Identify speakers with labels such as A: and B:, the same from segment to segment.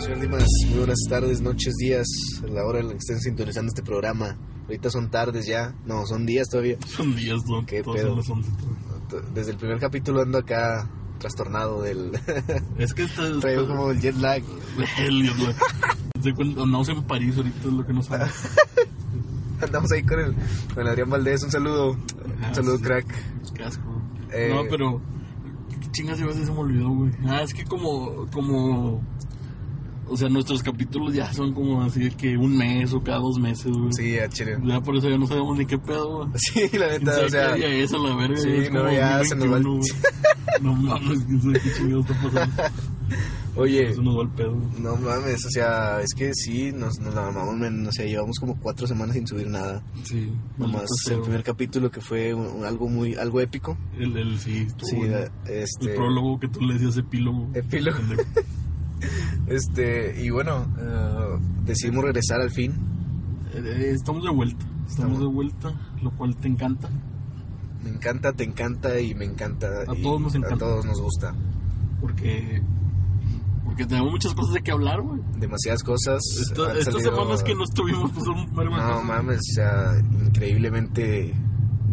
A: Señor Dimas, muy buenas tardes, noches, días, a la hora en la que estén sintonizando este programa. Ahorita son tardes ya, no, son días todavía.
B: Son días, don.
A: ¿Qué
B: todos
A: pedo?
B: son las once.
A: Desde el primer capítulo ando acá trastornado del...
B: Es que está,
A: Traigo como el jet lag.
B: Helios, güey. Te cuento, Andamos en París ahorita, es lo que nos sabe.
A: Andamos ahí con el, con el Adrián Valdés, un saludo, un saludo
B: sí.
A: crack.
B: Qué asco.
A: Eh.
B: No, pero. ¿Qué chingas ibas a decir? Se me olvidó, güey? Ah, es que como. como o sea, nuestros capítulos ya son como así de que un mes o cada dos meses, güey.
A: Sí, a Chile.
B: Ya por eso ya no sabemos ni qué pedo, güey.
A: Sí, la
B: ¿Quién
A: neta,
B: sabe
A: o sea,
B: qué día es a la verga?
A: sí,
B: es
A: no,
B: como
A: ya se nos va el-
B: 2021, güey. No mames, quién sabe qué chingados está pasando.
A: oye,
B: Eso nos va el pedo, güey.
A: no mames, o sea, es que sí, nos, nos la mamamos, men, o sea, llevamos como cuatro semanas sin subir nada.
B: Sí,
A: Nomás
B: maldito sea,
A: el
B: güey.
A: primer capítulo que fue un- un- algo muy, algo épico.
B: El, el, sí, estuvo
A: Sí,
B: bueno.
A: da- este...
B: El prólogo que tú le decías epílogo.
A: Epílogo. Este, y bueno, eh, decidimos regresar al fin.
B: Eh, Estamos de vuelta. Estamos,
A: Estamos.
B: de vuelta, lo cual te encanta.
A: Me encanta, te encanta y me encanta.
B: A
A: y
B: todos nos encanta.
A: A todos nos gusta.
B: Porque. Porque tenemos muchas cosas de qué hablar, güey.
A: Demasiadas cosas.
B: Esta-
A: han
B: Estas
A: salido-
B: semanas que no estuvimos, pues son un verbo de
A: No
B: cosas.
A: mames, o sea, increíblemente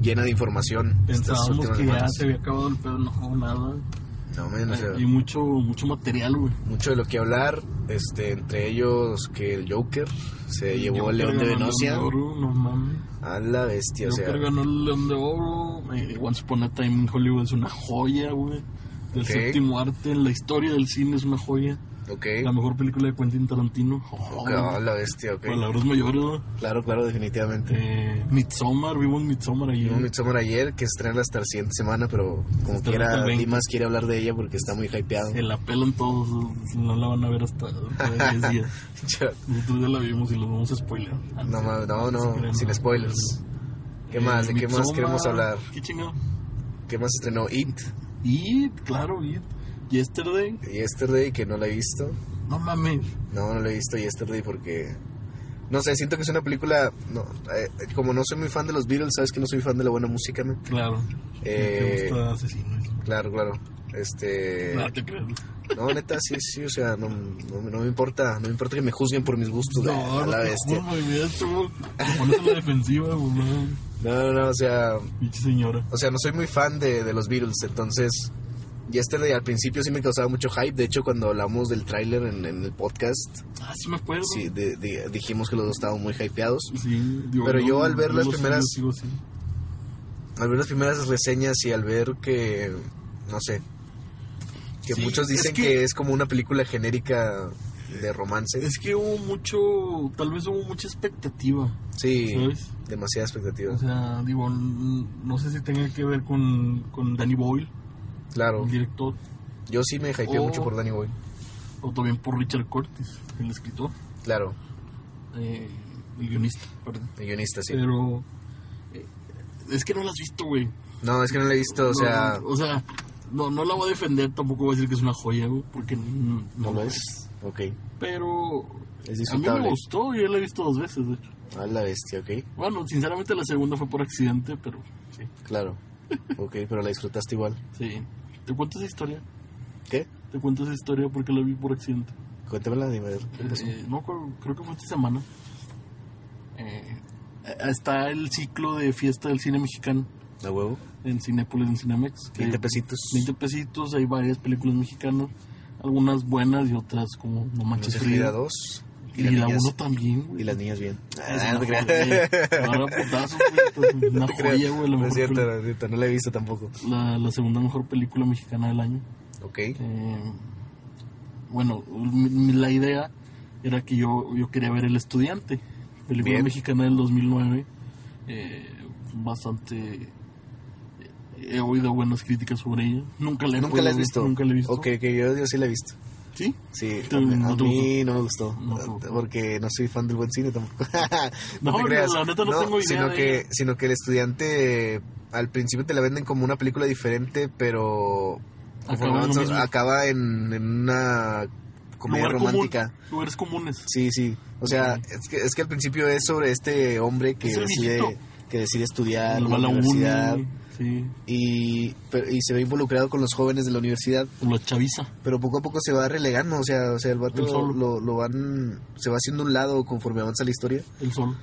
A: llena de información. estas
B: Pensábamos
A: últimas
B: que ya
A: semanas.
B: se había acabado el pedo, no, nada.
A: No men, o sea,
B: Hay mucho, mucho material, güey.
A: mucho de lo que hablar. Este, entre ellos que el Joker se llevó
B: Joker
A: el León de
B: ganó el
A: Venosia.
B: León de Oro, No mames.
A: A la bestia, o sea.
B: Joker ganó el León de Oro. eh, Once Upon a Time in Hollywood es una joya, güey. Del
A: Ok.
B: séptimo arte, la historia del cine es una joya.
A: Ok.
B: La mejor película de Quentin Tarantino. Oh,
A: Ok, A la bestia, ok.
B: Palabras mayores. ¿no?
A: Claro, claro, definitivamente.
B: Eh, Midsommar, vimos Midsommar
A: Vi
B: ayer.
A: un Midsommar ayer que estrena hasta la siguiente semana, pero como
B: Estrena hasta
A: quiera,
B: el 20.
A: Dimas quiere hablar de ella porque está muy hypeado.
B: Se la pelan todos, no la van a ver hasta hasta 10 días. Nosotros ya la vimos y los vamos a spoiler.
A: no, mames, no,
B: Sí, creo,
A: no, sin
B: no. Eh,
A: spoilers. ¿Qué más? ¿De qué más queremos hablar?
B: ¿Qué chingado?
A: ¿Qué más estrenó It
B: Y, claro, y Yesterday.
A: Yesterday? Que no la he visto.
B: No mames.
A: No, no la he visto Yesterday porque. No sé, siento que es una película. No, eh, como no soy muy fan de los Beatles, sabes que no soy fan de la buena música, men?
B: Claro.
A: Eh,
B: Te gusta Ah, asesinos.
A: Claro, claro. Este.
B: No te creo.
A: No, neta, sí, sí, o sea, no, no, no me importa. No me importa que me juzguen por mis gustos.
B: No,
A: a
B: no
A: la
B: te
A: bestia.
B: juro, güey, mira, tú te pones a la defensiva, güey, no,
A: No, no, no, o sea.
B: pinche señora.
A: O sea, no soy muy fan de, de los Beatles, entonces. Yesterday al principio sí me causaba mucho hype. De hecho, cuando hablamos del tráiler en, en el podcast,
B: Ah, sí me acuerdo.
A: sí, di- di- dijimos que los dos estaban muy hypeados.
B: Sí, digo,
A: Pero yo al ver las
B: lo sé,
A: primeras-
B: yo sigo así.
A: Al ver las primeras reseñas y al ver que, no sé, que
B: Sí,
A: muchos
B: es
A: dicen
B: que-
A: que... es como una película genérica de romance.
B: Es que hubo mucho, tal vez hubo mucha expectativa,
A: Sí,
B: ¿sabes?
A: demasiada
B: O
A: expectativa.
B: sea, digo, n- no sé si tenga que ver con, con Danny Boyle,
A: Claro,
B: el director,
A: yo sí me hypeé
B: O-
A: mucho por Danny Boy.
B: o también por Richard Curtis, el escritor,
A: Claro,
B: eh, el guionista, perdón.
A: el guionista, sí.
B: Pero eh, es que no la has visto, güey.
A: No, es que no la he visto, o
B: No,
A: sea,
B: no, o sea, no, no la voy a defender, tampoco voy a decir que es una joya, güey, porque n- no,
A: no lo es. Ok,
B: Pero
A: es
B: a mí me
A: disfrutable.
B: gustó, yo la he visto dos veces, de hecho.
A: A la bestia, ok.
B: Bueno, sinceramente la segunda fue por accidente, pero sí.
A: Claro. Ok, pero la disfrutaste igual.
B: Sí. ¿Te cuento esa historia?
A: ¿Qué?
B: Te cuento esa historia porque la vi por accidente.
A: Cuéntamela, dime. a ver, ¿qué pasó?
B: Eh, no, creo, creo que fue esta semana. Eh, está el ciclo de fiesta del cine mexicano
A: ¿A huevo?
B: en Cinépolis, en Cinemex. que-
A: 20 pesitos.
B: 20 pesitos, hay varias películas mexicanas. Algunas buenas y otras como No Manches
A: Noche
B: Frida.
A: Frida 2.
B: Y la uno también, güey.
A: Y las niñas bien.
B: Es
A: Ah,
B: una
A: no te creas.
B: joya. Ahora putazos, güey, Una
A: No te creas.
B: joya, güey. La,
A: No
B: mejor
A: es cierto,
B: peli-
A: no es cierto, no la he visto tampoco.
B: la- la segunda mejor película mexicana del año.
A: Ok,
B: Eh, bueno, mi- mi- la idea era que yo, yo quería ver El Estudiante, película
A: Bien.
B: mexicana del 2009, eh, bastante. He oído buenas críticas sobre ella. Nunca la he
A: ¿Nunca
B: podido
A: la has
B: ver,
A: visto?
B: Nunca la he visto.
A: Ok, que yo, yo sí la he visto.
B: ¿Sí?
A: Sí,
B: ¿Te-
A: a mí-
B: no
A: a
B: te
A: mí no me gustó.
B: No te gustó.
A: Porque no soy fan del buen cine tampoco.
B: No,
A: te
B: no,
A: creas.
B: la neta no tengo idea
A: Sino
B: de
A: que, sino que el estudiante eh, al principio te la venden como una película diferente, pero
B: Acaba
A: conforme
B: en lo
A: avanzas,
B: mismo.
A: acaba en, en una comedia
B: Lugar común.
A: romántica.
B: Lugares comunes.
A: Sí, sí. O sea,
B: Ok.
A: es, que, es que al principio es sobre este hombre que
B: Es el
A: decide
B: viejito.
A: que decide estudiar
B: El
A: en la
B: Balauni,
A: universidad
B: Sí.
A: y, pero- y se ve involucrado con los jóvenes de la universidad
B: La chaviza.
A: pero poco a poco se va relegando, o sea, o sea el vato
B: Él solo.
A: lo, lo van, se va haciendo un lado conforme avanza la historia.
B: El sol.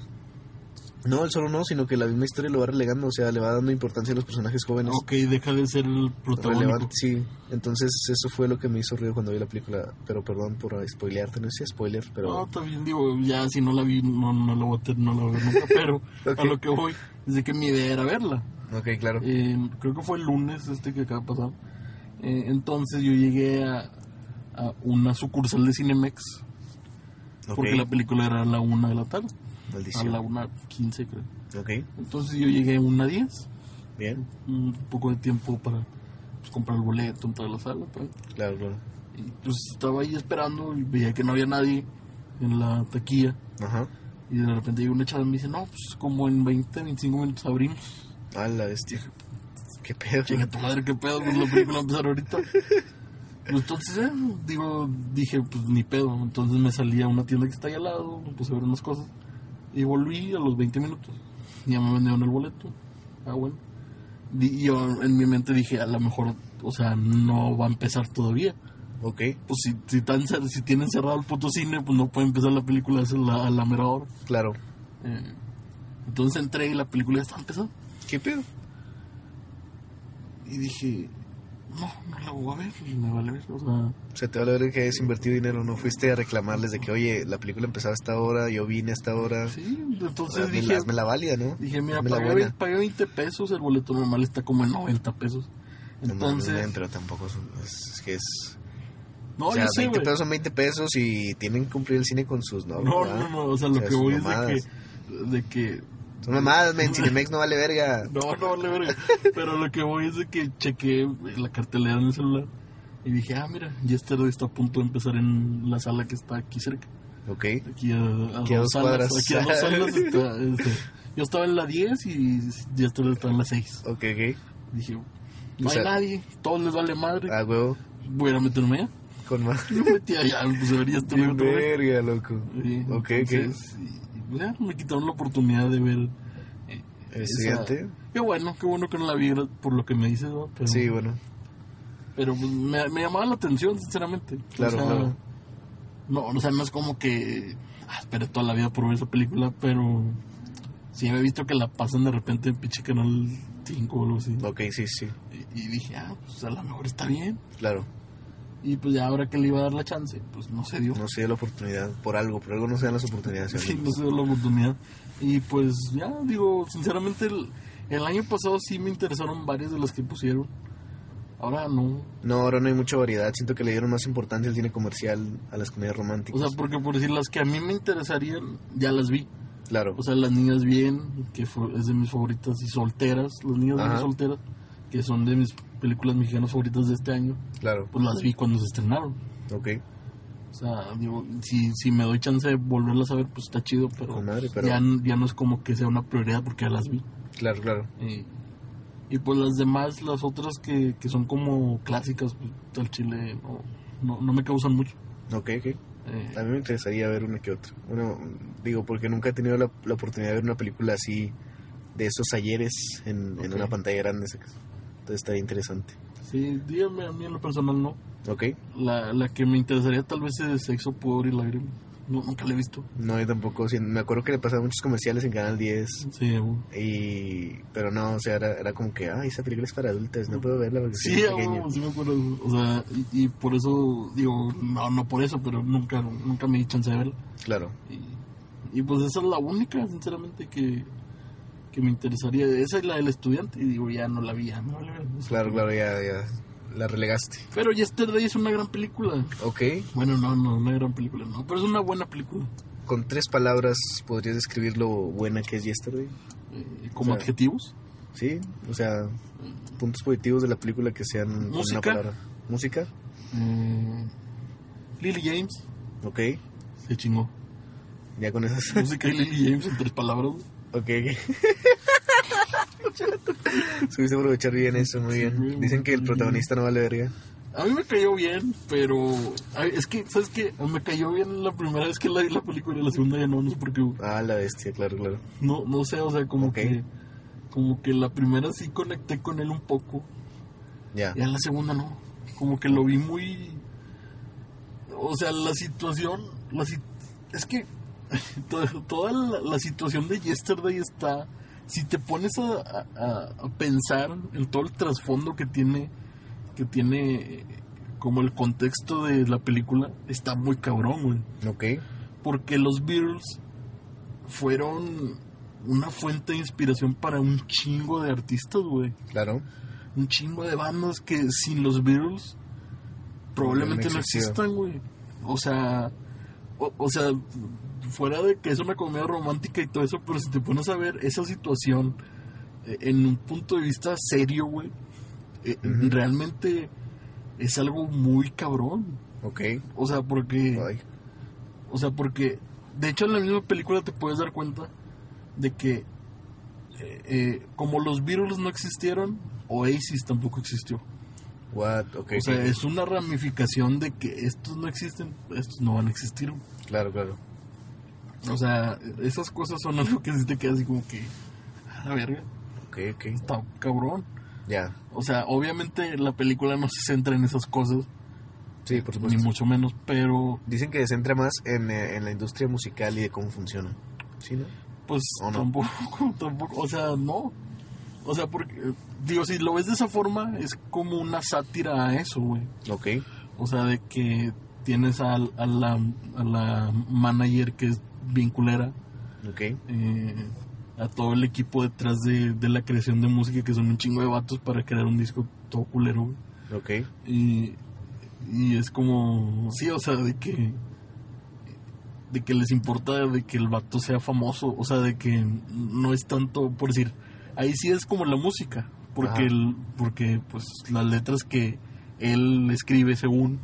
A: No, él solo no, sino que la misma historia lo va relegando, o sea, le va dando importancia a los personajes jóvenes.
B: Ok, deja de ser el
A: Relevante,
B: protagónico.
A: sí. Entonces eso fue lo que me hizo ruido cuando vi la película, pero perdón por spoilearte, no sé si es spoiler,
B: No,
A: pero...
B: también digo, ya si no la vi, no, no la voy a tener, no la voy a ver nunca, pero
A: Ok.
B: a lo que voy es de que mi idea era verla.
A: Ok, claro.
B: Eh, creo que fue el lunes este que acaba de pasar. Eh, entonces yo llegué a, a una sucursal de Cinemex,
A: Ok,
B: porque la película era a la una de la tarde, a
A: maldición.
B: la una quince creo.
A: Ok,
B: Entonces yo llegué a una diez,
A: bien,
B: un poco de tiempo para pues, comprar el boleto, entrar a la sala, tal.
A: claro, claro.
B: Y pues estaba ahí esperando y veía que no había nadie en la taquilla.
A: Ajá.
B: Y de repente llega una chava y me dice, no, pues como en 20, 25 minutos abrimos.
A: A la bestia. Qué pedo.
B: Chinga tu madre, qué pedo, pues la película va a empezar ahorita. Pues entonces, eh, digo, dije, pues ni pedo. Entonces me salí a una tienda que está ahí al lado, me puse a ver unas cosas. Y volví a los 20 minutos. Ya me vendieron el boleto. Ah, bueno. Di- Y yo en mi mente dije, a lo mejor, o sea, no va a empezar todavía.
A: Ok,
B: Pues si, si, tan cer- si tienen cerrado el puto cine, pues no puede empezar la película a la, a la mera hora.
A: claro.
B: Eh, entonces entré y la película ya estaba empezando.
A: ¿Qué pedo?
B: Y dije, no, no la voy a ver, pues, me vale ver. O sea,
A: Se te va a ver que hayas invertido dinero, no fuiste a reclamarles de que, oye, la película empezaba a esta hora, yo vine a esta hora.
B: sí, entonces
A: hazme,
B: dije,
A: hazme Ah, la válida, ¿no?
B: dije, mira,
A: hazme la
B: pagué,
A: buena.
B: ve- pagué 20 pesos, el boleto normal está como en 90 pesos.
A: No, no, no,
B: Entonces,
A: no, pero tampoco es, un- es- es que es...
B: no,
A: o sea,
B: yo sé,
A: 20
B: güey.
A: pesos son 20 pesos y tienen que cumplir el cine con sus normas.
B: No,
A: ¿verdad?
B: no, no, o sea, lo
A: O sea,
B: que
A: son
B: voy es de
A: mamadas.
B: que, de que,
A: Son mamadas, men, Cinemex no vale verga.
B: no, no vale verga. Pero lo que voy es de que chequé la cartelera en el celular y dije, ah, mira, Yesterday está a punto de empezar en la sala que está aquí cerca.
A: Ok,
B: Aquí a, a
A: Aquí a dos
B: salas,
A: cuadras.
B: Aquí a dos salas está, este, yo estaba en la 10 y ya estaba estaba en la 6.
A: ok, ok.
B: Dije, no
A: O sea- ah.
B: hay nadie, todos les vale madre.
A: A huevo,
B: Voy a ir a meterme allá.
A: con más...
B: Yo me metí allá, pues debería estar
A: Bien verga, loco. ok, ok.
B: me quitaron la oportunidad de ver. eh,
A: ¿El
B: esa-
A: estudiante?
B: Qué bueno, qué bueno que no la viera por lo que me dices, ¿no? pero,
A: Sí, bueno.
B: pero pues, me, me llamaba la atención, sinceramente.
A: Claro, claro.
B: No, o sea, no es como que ah, esperé toda la vida por ver esa película, pero sí había visto que la pasan de repente en pinche canal 5 o algo así.
A: Ok, sí, sí,
B: Y, y dije, ah, pues a lo mejor está bien.
A: claro.
B: Y pues ya ahora que le iba a dar la chance, pues no se dio.
A: No se dio la oportunidad, por algo, por algo no se dan las oportunidades.
B: Sí,
A: ¿sabes?
B: no se dio la oportunidad. Y pues ya, digo, sinceramente, el, el año pasado sí me interesaron varias de las que pusieron. Ahora no.
A: No, ahora no hay mucha variedad. Siento que le dieron más importancia al cine comercial, a las comedias
B: O
A: románticas.
B: sea, porque por decir las que a mí me interesarían, ya las vi.
A: claro.
B: O sea, las niñas bien, que fue- es de mis favoritas, y solteras, las niñas bien
A: Ajá.
B: solteras, que son de mis películas mexicanas favoritas de este año,
A: claro.
B: pues las vi cuando se estrenaron.
A: Ok.
B: O sea, digo, si, si me doy chance de volverlas a ver, pues está chido, pero,
A: Con madre, pero-
B: Ya, n- ya no es como que sea una prioridad porque ya las vi.
A: Claro, claro.
B: Eh, y pues las demás, las otras que, que son como clásicas, pues al chile no, no, no me causan mucho.
A: Ok, ok.
B: Eh,
A: A mí me interesaría ver una que otra. Bueno, digo, porque nunca he tenido la, la oportunidad de ver una película así de esos ayeres en, en
B: Ok.
A: una pantalla grande. ¿sacas? Entonces estaría interesante.
B: sí, dígame, a mí en lo personal no.
A: Ok.
B: La, la que me interesaría tal vez es de sexo, pudor y lágrimas. No, nunca la he visto.
A: No, yo tampoco. sí, me acuerdo que le pasaban muchos comerciales en Canal 10.
B: Sí, güey.
A: Y, pero no, o sea, era, era como que, ay, esa película es para adultos, no puedo verla porque soy
B: sí,
A: muy pequeño.
B: güey, sí me acuerdo. O sea, y, y por eso, digo, no, no por eso, pero nunca, nunca me di chance de verla.
A: Claro.
B: Y, y pues esa es la única, sinceramente, que, que me interesaría. Esa es la del estudiante, y digo, ya no la vi, ya me vale ver. O sea,
A: Claro, claro, ya, ya. La relegaste.
B: Pero Yesterday es una gran película.
A: Ok.
B: Bueno, no, no, una gran película, no, pero es una buena película.
A: con tres palabras podrías describir lo buena que es Yesterday.
B: Eh, como
A: O sea,
B: adjetivos.
A: Sí, o sea, puntos positivos de la película que sean con
B: Música.
A: una palabra. Música,
B: Eh, Lily James
A: ok.
B: se chingó.
A: Ya con esas.
B: Música y Lily James en tres palabras. güey.
A: Ok. Subiste aprovechar bien eso, muy
B: Sí, muy
A: bien.
B: bien.
A: Dicen que el protagonista no vale verga.
B: A mí me cayó bien, pero ay, es que, ¿sabes qué? Me cayó bien la primera vez que la vi la película y la segunda ya no, no sé por qué. güey.
A: Ah, la bestia, claro, claro.
B: No, no sé, o sea, como
A: Ok.
B: que como que la primera sí conecté con él un poco,
A: Ya.
B: ya la segunda no. Como que lo vi muy o sea, la situación, la si- es que to- toda la, la situación de Yesterday está si te pones a, a- a- a pensar en todo el trasfondo que tiene que tiene eh, como el contexto de la película está muy cabrón, güey
A: Ok.
B: porque los Beatles fueron una fuente de inspiración para un chingo de artistas, güey.
A: Claro.
B: Un chingo de bandas que sin los Beatles probablemente
A: No
B: no
A: existió.
B: existan, güey. O sea, o, o sea, fuera de que es una comedia romántica y todo eso, pero si te pones a ver esa situación eh, en un punto de vista serio, güey, eh,
A: Ujú.
B: realmente es algo muy cabrón.
A: Ok.
B: O sea, porque...
A: Ay.
B: O sea, porque de hecho en la misma película te puedes dar cuenta de que eh, eh, como los Beatles no existieron, Oasis tampoco existió.
A: What? Ok.
B: O sea, es una ramificación de que estos no existen, estos no van a existir.
A: Claro, claro.
B: O sea, esas cosas son algo que sí te queda así como que a la verga,
A: Ok, ok.
B: está cabrón.
A: Ya.
B: O sea, obviamente la película no se centra en esas cosas,
A: Sí, por
B: ni
A: supuesto.
B: mucho menos, pero
A: Dicen que se centra más en, eh, en la industria musical y de cómo funciona. ¿Sí, no?
B: Pues
A: ¿O no?
B: tampoco, tampoco, o sea, no. O sea, porque, eh, digo, si lo ves de esa forma, es como una sátira a eso, güey.
A: Ok.
B: O sea, de que tienes al- a, la, a la manager que es bien culera,
A: Ok.
B: eh, a todo el equipo detrás de, de la creación de música, que son un chingo de vatos para crear un disco todo culero, güey.
A: Ok.
B: Y, y es como, sí, o sea, de que de que les importa de que el vato sea famoso, o sea, de que no es tanto, por decir, ahí sí es como la música,
A: Ajá.
B: porque el- porque pues las letras que él escribe según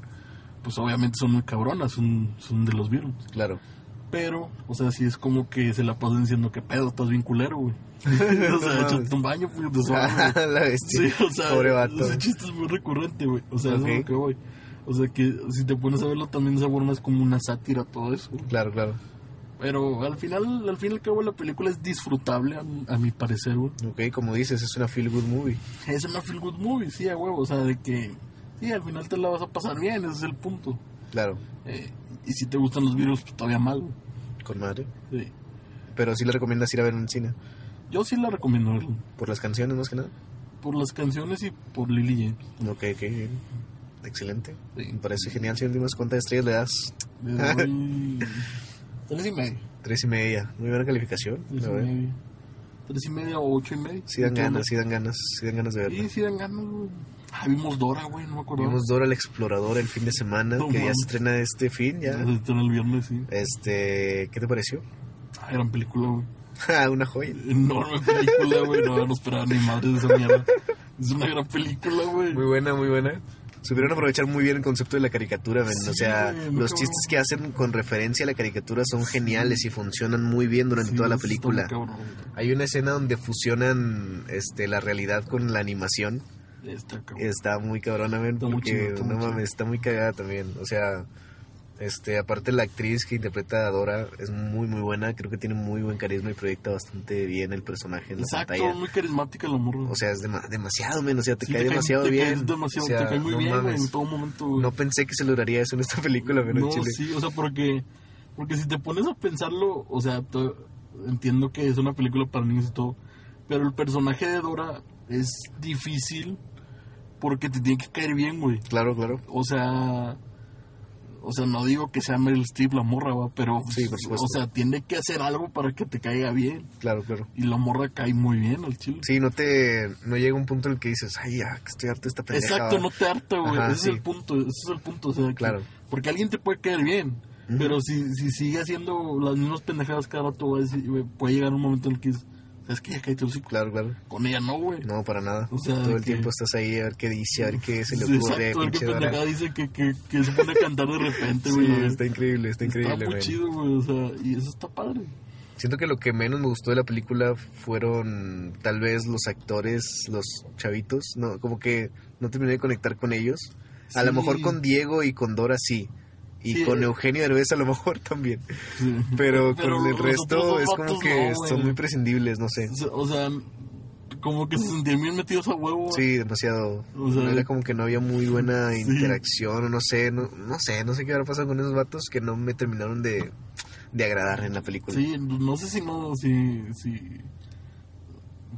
B: pues obviamente son muy cabronas, son, son de los virus.
A: Claro.
B: Pero, o sea, sí es como que se la pasan diciendo que pedo, estás bien culero, güey. o sea, échate un baño, pues, de suave, güey.
A: la bestia.
B: Sí, o sea,
A: Pobre vato.
B: ese chiste es muy recurrente, güey. O sea, eso
A: Ok.
B: es lo que voy. O sea, que si te pones a verlo también de esa forma es como una sátira todo eso. güey.
A: Claro, claro.
B: Pero al final, al fin y al cabo, la película es disfrutable a, mi- a mi parecer, güey.
A: Ok, como dices, es una feel good movie.
B: Es una feel good movie, sí, a huevo. O sea, de que, sí, al final te la vas a pasar bien, ese es el punto.
A: Claro.
B: Eh, y si te gustan los virus, pues todavía mal, güey.
A: Con madre.
B: Sí.
A: Pero sí le recomiendas ir a ver en el cine.
B: Yo sí la recomiendo verlo.
A: Por las canciones más que nada.
B: Por las canciones y por Lily James.
A: Ok, ok, bien. Excelente.
B: Sí.
A: Me parece genial, señor Dimas. ¿Cuántas estrellas le das?
B: Le doy tres y medio.
A: Tres y media. Muy buena calificación.
B: Tres
A: la
B: y
A: verdad.
B: media. Tres y media o ocho y media.
A: Sí dan
B: Entonces,
A: ganas, sí dan ganas, sí dan ganas de verla.
B: Sí, sí dan ganas, güey. Ah, vimos Dora, güey, no me acuerdo.
A: Vimos Dora la Exploradora el fin de semana,
B: No
A: que ya
B: mames.
A: se estrena este fin, ya.
B: Se estrenó Ah, el viernes, sí.
A: Este, ¿qué te pareció?
B: Ah, gran película, güey.
A: Ja, Una joya.
B: Enorme película, güey. No, no esperaba ni madre de esa mierda. Es una gran película, güey.
A: Muy buena, muy buena. Supieron aprovechar muy bien el concepto de la caricatura, men.
B: Sí,
A: o sea,
B: muy
A: los
B: cabrón.
A: chistes que hacen con referencia a la caricatura son geniales y funcionan muy bien durante
B: Sí,
A: toda la
B: está muy
A: película.
B: cabrón, güey.
A: Hay una escena donde fusionan este, la realidad con la animación.
B: Está cabrón.
A: Está muy cabrona, men,
B: Está muy
A: porque
B: chido, está
A: no
B: muy
A: mames,
B: chido.
A: está muy cagada también. O sea, este, aparte la actriz que interpreta a Dora es muy muy buena, creo que tiene muy buen carisma y proyecta bastante bien el personaje en la
B: Exacto,
A: pantalla.
B: muy carismática la morra.
A: O sea, es dema- demasiado, men, o sea, te
B: Sí,
A: cae demasiado
B: te
A: bien.
B: Caes demasiado,
A: O sea,
B: te cae muy
A: no
B: bien, güey,
A: mames.
B: en todo momento, güey.
A: No pensé que se lograría eso en esta película, pero en
B: No,
A: Chile.
B: sí, o sea, porque, porque si te pones a pensarlo, o sea, to- entiendo que es una película para niños y todo, pero el personaje de Dora es difícil porque te tiene que caer bien, güey.
A: Claro, claro.
B: O sea, o sea, no digo que sea Meryl Streep la morra, va, pero,
A: Sí, por supuesto.
B: o sea, tiene que hacer algo para que te caiga bien.
A: Claro, claro.
B: Y la morra cae muy bien al chile.
A: Sí, no te no llega un punto en el que dices, "Ay, ya, que estoy harto de esta pendeja."
B: Exacto,
A: va".
B: no te harta, güey.
A: Ajá,
B: Ese
A: sí.
B: es el punto, ese es el punto. o sea, que-
A: Claro.
B: Porque alguien te puede caer bien, Pero si, si sigue haciendo las mismas pendejadas cada rato, va a decir, güey, puede llegar un momento en el que es, es que ya cállate el hocico.
A: Claro, claro.
B: Con ella no, güey.
A: No, para nada.
B: O sea,
A: Todo el
B: que-
A: tiempo estás ahí a ver qué dice, a ver qué se le
B: Sí,
A: ocurre.
B: Exacto, el que
A: pinche Dora.
B: pendejada dice que, que, que se pone a cantar de repente,
A: Sí,
B: güey.
A: está increíble, está increíble,
B: Está muy
A: güey.
B: chido, güey. O sea, y eso está padre.
A: Siento que lo que menos me gustó de la película fueron tal vez los actores, los chavitos, no, como que no terminé de conectar con ellos. A lo
B: Sí.
A: mejor con Diego y con Dora sí. Y
B: Sí.
A: con Eugenio Derbez a lo mejor también.
B: Sí.
A: Pero,
B: Pero
A: con el
B: los
A: resto
B: otros
A: es como
B: vatos
A: que
B: no, güey.
A: son muy prescindibles, no sé.
B: O sea, O sea, como que se sentían bien metidos a huevo.
A: Sí, demasiado.
B: O sea,
A: era como que no había muy buena
B: Sí.
A: interacción, o no sé, no, no sé, no sé qué habrá pasado con esos vatos que no me terminaron de, de agradar en la película.
B: Sí, no sé si no, si, si,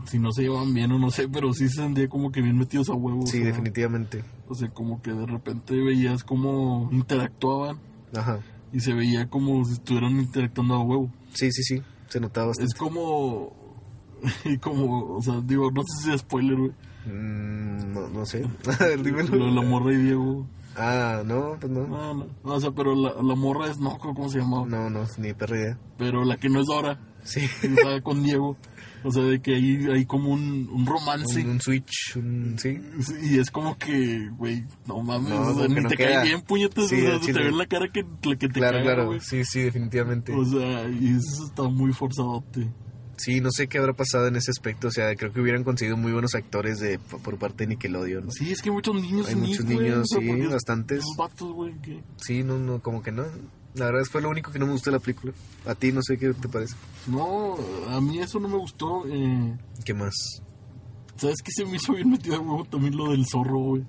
B: si no se llevan bien o no sé, pero sí se sentía como que bien metidos a huevo.
A: Sí,
B: o sea,
A: definitivamente.
B: O sea, como que de repente veías cómo interactuaban
A: Ajá.
B: y se veía como si estuvieran interactuando a huevo.
A: Sí, sí, sí, se notaba bastante.
B: Es como, y como, o sea, digo, no sé si es spoiler, güey.
A: Mm, no, no sé. A ver, dímelo.
B: Lo de la morra y Diego.
A: Ah, no, pues no.
B: No, no, no, o sea, pero la, la morra es, no, me acuerdo ¿cómo se llamaba?
A: No, no, ni perra idea.
B: Pero la que no es Dora,
A: Sí.
B: que estaba con Diego. O sea, de que ahí hay como un, un romance.
A: Un, un switch, un, sí.
B: Sí, Y es como que, güey, no mames,
A: No,
B: o
A: como
B: sea,
A: que
B: ni
A: no
B: te
A: queda.
B: cae bien, puñetas,
A: Sí,
B: o sea,
A: al
B: se
A: chile.
B: te ve en la cara que, la que te
A: Claro,
B: cae,
A: claro.
B: güey.
A: Sí, sí, definitivamente.
B: O sea, y eso está muy forzadote.
A: Sí, no sé qué habrá pasado en ese aspecto. O sea, creo que hubieran conseguido muy buenos actores de, por parte de Nickelodeon.
B: Sí, es que hay muchos niños
A: Hay
B: en
A: muchos
B: Nick, güey,
A: niños,
B: o sea,
A: sí,
B: porque es-
A: bastantes.
B: esos vatos, güey, que...
A: Sí, no, no, como que no. La verdad fue lo único que no me gustó de la película. A ti no sé qué te parece.
B: No, a mí eso no me gustó. Eh,
A: ¿Qué más?
B: ¿Sabes qué se me hizo bien metido a huevo también lo del zorro, güey?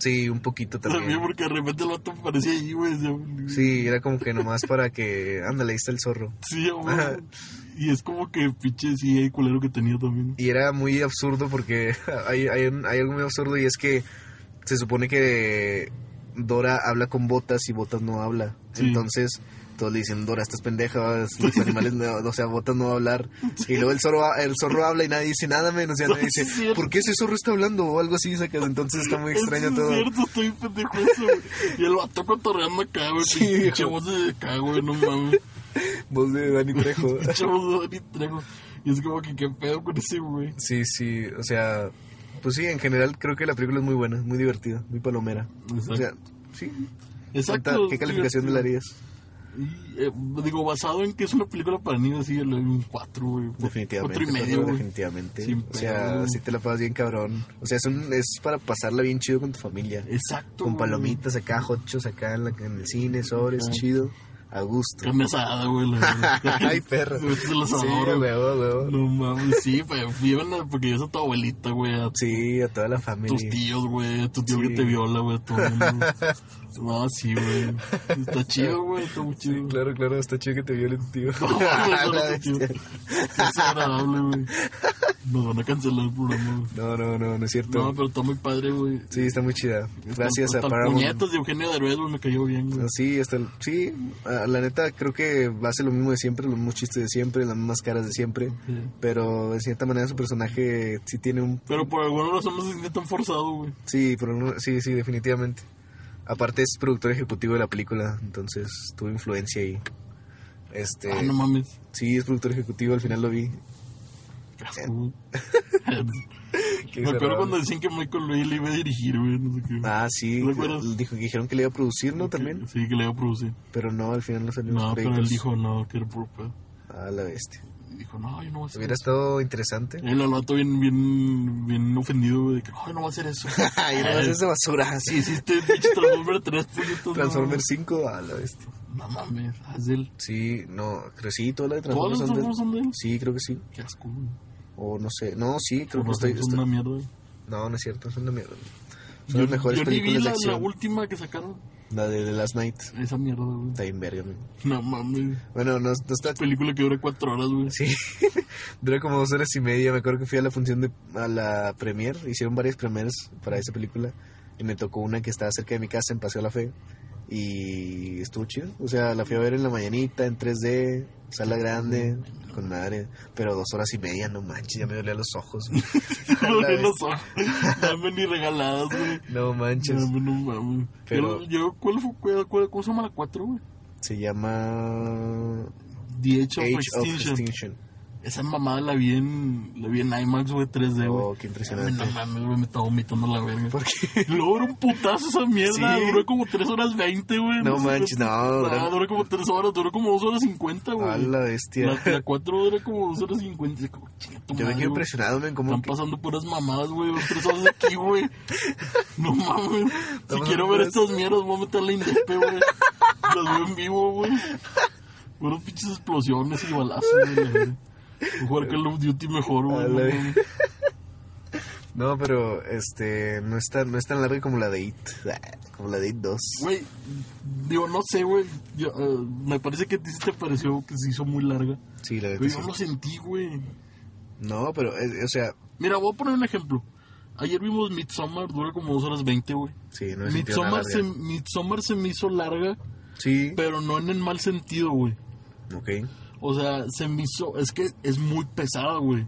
A: Sí, un poquito
B: También
A: también.
B: porque de repente el vato aparecía ahí, güey. o sea,
A: Sí, era como que nomás para que... Ándale, ahí está el zorro.
B: Sí, güey.
A: Ajá.
B: Y es como que pinche sí, el culero que tenía también.
A: Y era muy absurdo porque hay, hay, un- hay algo muy absurdo y es que se supone que Dora habla con Botas y Botas no habla.
B: Sí.
A: Entonces todos le dicen, Dora, estás pendeja, los animales, no, o sea, Botas no va a hablar. Y luego el zorro, ha- el zorro habla y nadie dice nada menos. Y nadie
B: Sí, es
A: dice,
B: cierto.
A: ¿por qué ese zorro está hablando? O algo así, sacas. Entonces está muy
B: Eso
A: extraño
B: es
A: todo.
B: cierto, estoy pendejo eso, güey. Y el vato cotorreando acá, güey.
A: Sí,
B: pinche
A: viejo.
B: voz de acá, güey, no mames.
A: Voz de Dani Trejo.
B: Pinche voz de Dani Trejo. Y es como que qué pedo con ese, güey.
A: Sí, sí, o sea, pues sí, en general creo que la película es muy buena, muy divertida, muy palomera.
B: Exacto.
A: O sea, sí.
B: Exacto.
A: ¿Qué calificación le
B: divertido.
A: darías?
B: Y, eh, digo, basado en que es una película para niños, sí, le doy un 4, güey.
A: Definitivamente.
B: Cuatro y
A: Pedro,
B: medio, güey.
A: definitivamente.
B: Sin
A: o sea,
B: pedo.
A: si te la pasas bien cabrón. O sea, es, un- es para pasarla bien chido con tu familia.
B: Exacto.
A: Con
B: güey.
A: palomitas acá, hotchos acá en, la- en el cine, sobres,
B: Ajá.
A: chido, a gusto.
B: Carne asada, güey. la verdad.
A: Ay, perro.
B: Se mete el
A: Sí,
B: asador, güey.
A: huevo, huevo.
B: No mames, sí, pero llévenla porque yo soy tu abuelita, güey. a
A: Sí, a toda la
B: tus
A: familia.
B: tíos, güey, a tu tío
A: Sí.
B: que te viola, güey, a todo el mundo. No, sí, güey. Está chido, güey, está muy chido.
A: Sí, claro, claro, está chido que te viole tu tío.
B: No,
A: A
B: güey,
A: la
B: no, tío.
A: bestia.
B: Es agradable, güey. Nos van a cancelar el programa, güey.
A: No, no, no, no es cierto.
B: No, pero está muy padre, güey.
A: Sí, está muy chida. Gracias
B: Hasta-
A: a
B: hasta
A: Paramount.
B: puñetas de Eugenio Derbez, güey, me cayó bien, güey.
A: Sí, hasta el- sí, a- la neta creo que va a ser lo mismo de siempre, los mismos chistes de siempre, las mismas caras de siempre,
B: Sí.
A: pero en cierta manera su personaje sí tiene un
B: Pero por alguna razón no se siente tan forzado, güey.
A: sí, pero no- sí, sí, definitivamente. Aparte es productor ejecutivo de la película, entonces tuvo influencia ahí. Este,
B: Ah, no mames.
A: sí, es productor ejecutivo, al final lo vi.
B: Qué asco, güey.
A: Qué
B: me acuerdo
A: desagradable.
B: cuando decían que Michael Bay le iba a dirigir, güey, no sé qué.
A: Ah, sí,
B: ¿No te acuerdas?
A: dijo que dijeron que le iba a producir, ¿no? También,
B: Sí, que le iba a producir.
A: pero no, al final no salieron los
B: No, pero
A: créditos.
B: él dijo no, que era puro pedo.
A: A la bestia.
B: Y dijo, no, yo no voy a hacer
A: Hubiera
B: eso.
A: estado interesante.
B: Él al vato bien, bien, bien ofendido, güey, de que, ay, no voy a hacer eso.
A: Ay, no, eso es de basura.
B: Si hiciste pinche Transformer 3, puñetas, no.
A: Transformers 5, a la bestia.
B: No mames, haz él.
A: Sí, no, crecí toda la de
B: ¿Todos
A: Transformers.
B: los
A: antes.
B: Transformers son de él?
A: Sí, creo que sí.
B: Qué asco, güey.
A: O no sé. No, sí, creo
B: Por
A: que
B: razón,
A: estoy.
B: son
A: estoy-
B: una mierda, güey.
A: No, no es cierto, son una mierda. Son las mejores
B: yo ni vi
A: películas de
B: la, la
A: acción.
B: última que sacaron.
A: La, de The Last Night.
B: Esa mierda, güey.
A: Está bien verga, güey.
B: No mames.
A: Bueno, no, no está.
B: Película que dura cuatro horas, güey.
A: Sí, duró como dos horas y media. Me acuerdo que fui a la función de a la premier. Hicieron varias premiers para esa película. Y me tocó una que estaba cerca de mi casa en Paseo La Fe. Y estuvo chido. O sea, la fui a ver en la mañanita, en 3D, sala grande, con madre. Pero dos horas y media, no manches, ya me dolía los ojos. A la
B: No,
A: vez.
B: no son. Dame ni regaladas, güey.
A: no manches.
B: No, no mames.
A: Pero-
B: Yo, yo, ¿cuál fue? cuál- cuál- ¿Cómo se llama la 4, güey?
A: Se llama
B: The Age of
A: Age of
B: Extinction.
A: Extinction.
B: Esa mamada la vi en, la vi en IMAX, güey, 3D, güey.
A: Oh, qué impresionante.
B: No mames, güey, me estaba vomitando la verga.
A: ¿Por qué?
B: Luego era un putazo esa mierda.
A: Sí.
B: Duró como 3 horas 20, güey.
A: No
B: sé,
A: manches, no,
B: Ah,
A: duró-
B: duró como 3 horas, duró como 2 horas 50, güey.
A: A la bestia.
B: La, la 4 dura como 2 horas 50. Como, chinga
A: Yo
B: tu
A: me quedé
B: madre, güey.
A: impresionado, men, como
B: Están
A: que-
B: pasando puras mamadas, güey. 3 horas aquí, güey. No mames. Si
A: pasando
B: quiero ver
A: puras-
B: estas mierdas, voy a meterle indepe, güey. Las veo en vivo, güey. Unas pinches explosiones y balazos, güey. güey. Voy a Jugar Call of Duty mejor, güey.
A: A
B: no
A: la-
B: mames.
A: No, pero este no es tan, no es tan larga como la de It. Como la de It 2.
B: Güey, digo, no sé, güey. Yo, eh, me parece que a ti sí te pareció que se hizo muy larga.
A: Sí, la
B: Pero
A: neta sí.
B: yo no sentí, güey.
A: No, pero, es- o sea,
B: Mira, voy a poner un ejemplo. Ayer vimos Midsommar, dura como 2 horas 20, güey.
A: sí, no es
B: Midsommar, se, Midsommar se me hizo larga,
A: Sí,
B: pero no en el mal sentido, güey.
A: ok.
B: O sea, se me hizo... Es que es muy pesada, güey.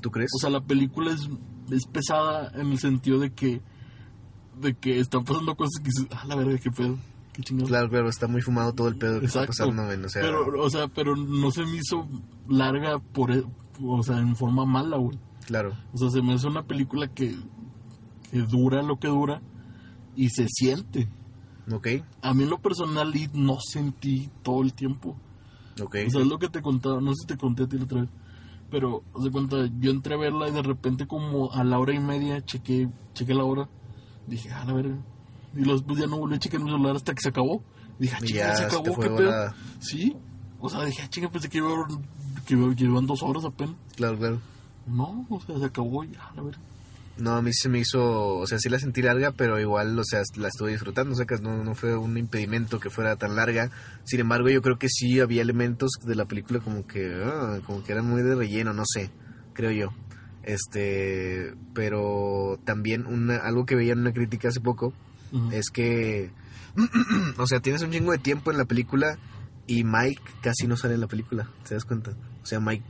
A: ¿Tú crees?
B: O sea, la película es, es pesada en el sentido de que... De que están pasando cosas que dices... Ah, la verga, qué pedo. Qué chingado.
A: claro, claro, está muy fumado todo el pedo que está pasando, men, o sea,
B: pero, o sea, pero no se me hizo larga por... e- O sea, en forma mala, güey.
A: claro.
B: O sea, se me hace una película que, que dura lo que dura y se siente.
A: Ok,
B: A mí en lo personal It no sentí todo el tiempo.
A: ok.
B: O sea, es lo que te contaba, no sé si te conté a ti la otra vez. Pero, haz de cuenta, yo entré a verla y de repente como a la hora y media chequé, chequé la hora. Dije, ah, la verga. Y los- pues ya no volví a checar mi celular hasta que se acabó. Dije, ah,
A: Y
B: chica,
A: ya
B: se
A: se te
B: acabó,
A: fue
B: qué pedo.
A: volada.
B: Sí. O sea, dije, ah, chica, pensé que, iba, a- que iba- que iban dos horas apenas.
A: claro, claro.
B: No, o sea, se acabó y ah, la verga.
A: No, a mí se me hizo, o sea, sí la sentí larga, pero igual, o sea, la estuve disfrutando, o sea, que no, no fue un impedimento que fuera tan larga. Sin embargo, yo creo que sí había elementos de la película como que, ah, como que eran muy de relleno, no sé, creo yo. Este, pero también una, algo que veía en una crítica hace poco
B: Ujú.
A: es que, o sea, tienes un chingo de tiempo en la película y Mike casi no sale en la película, ¿te das cuenta? O sea, Mike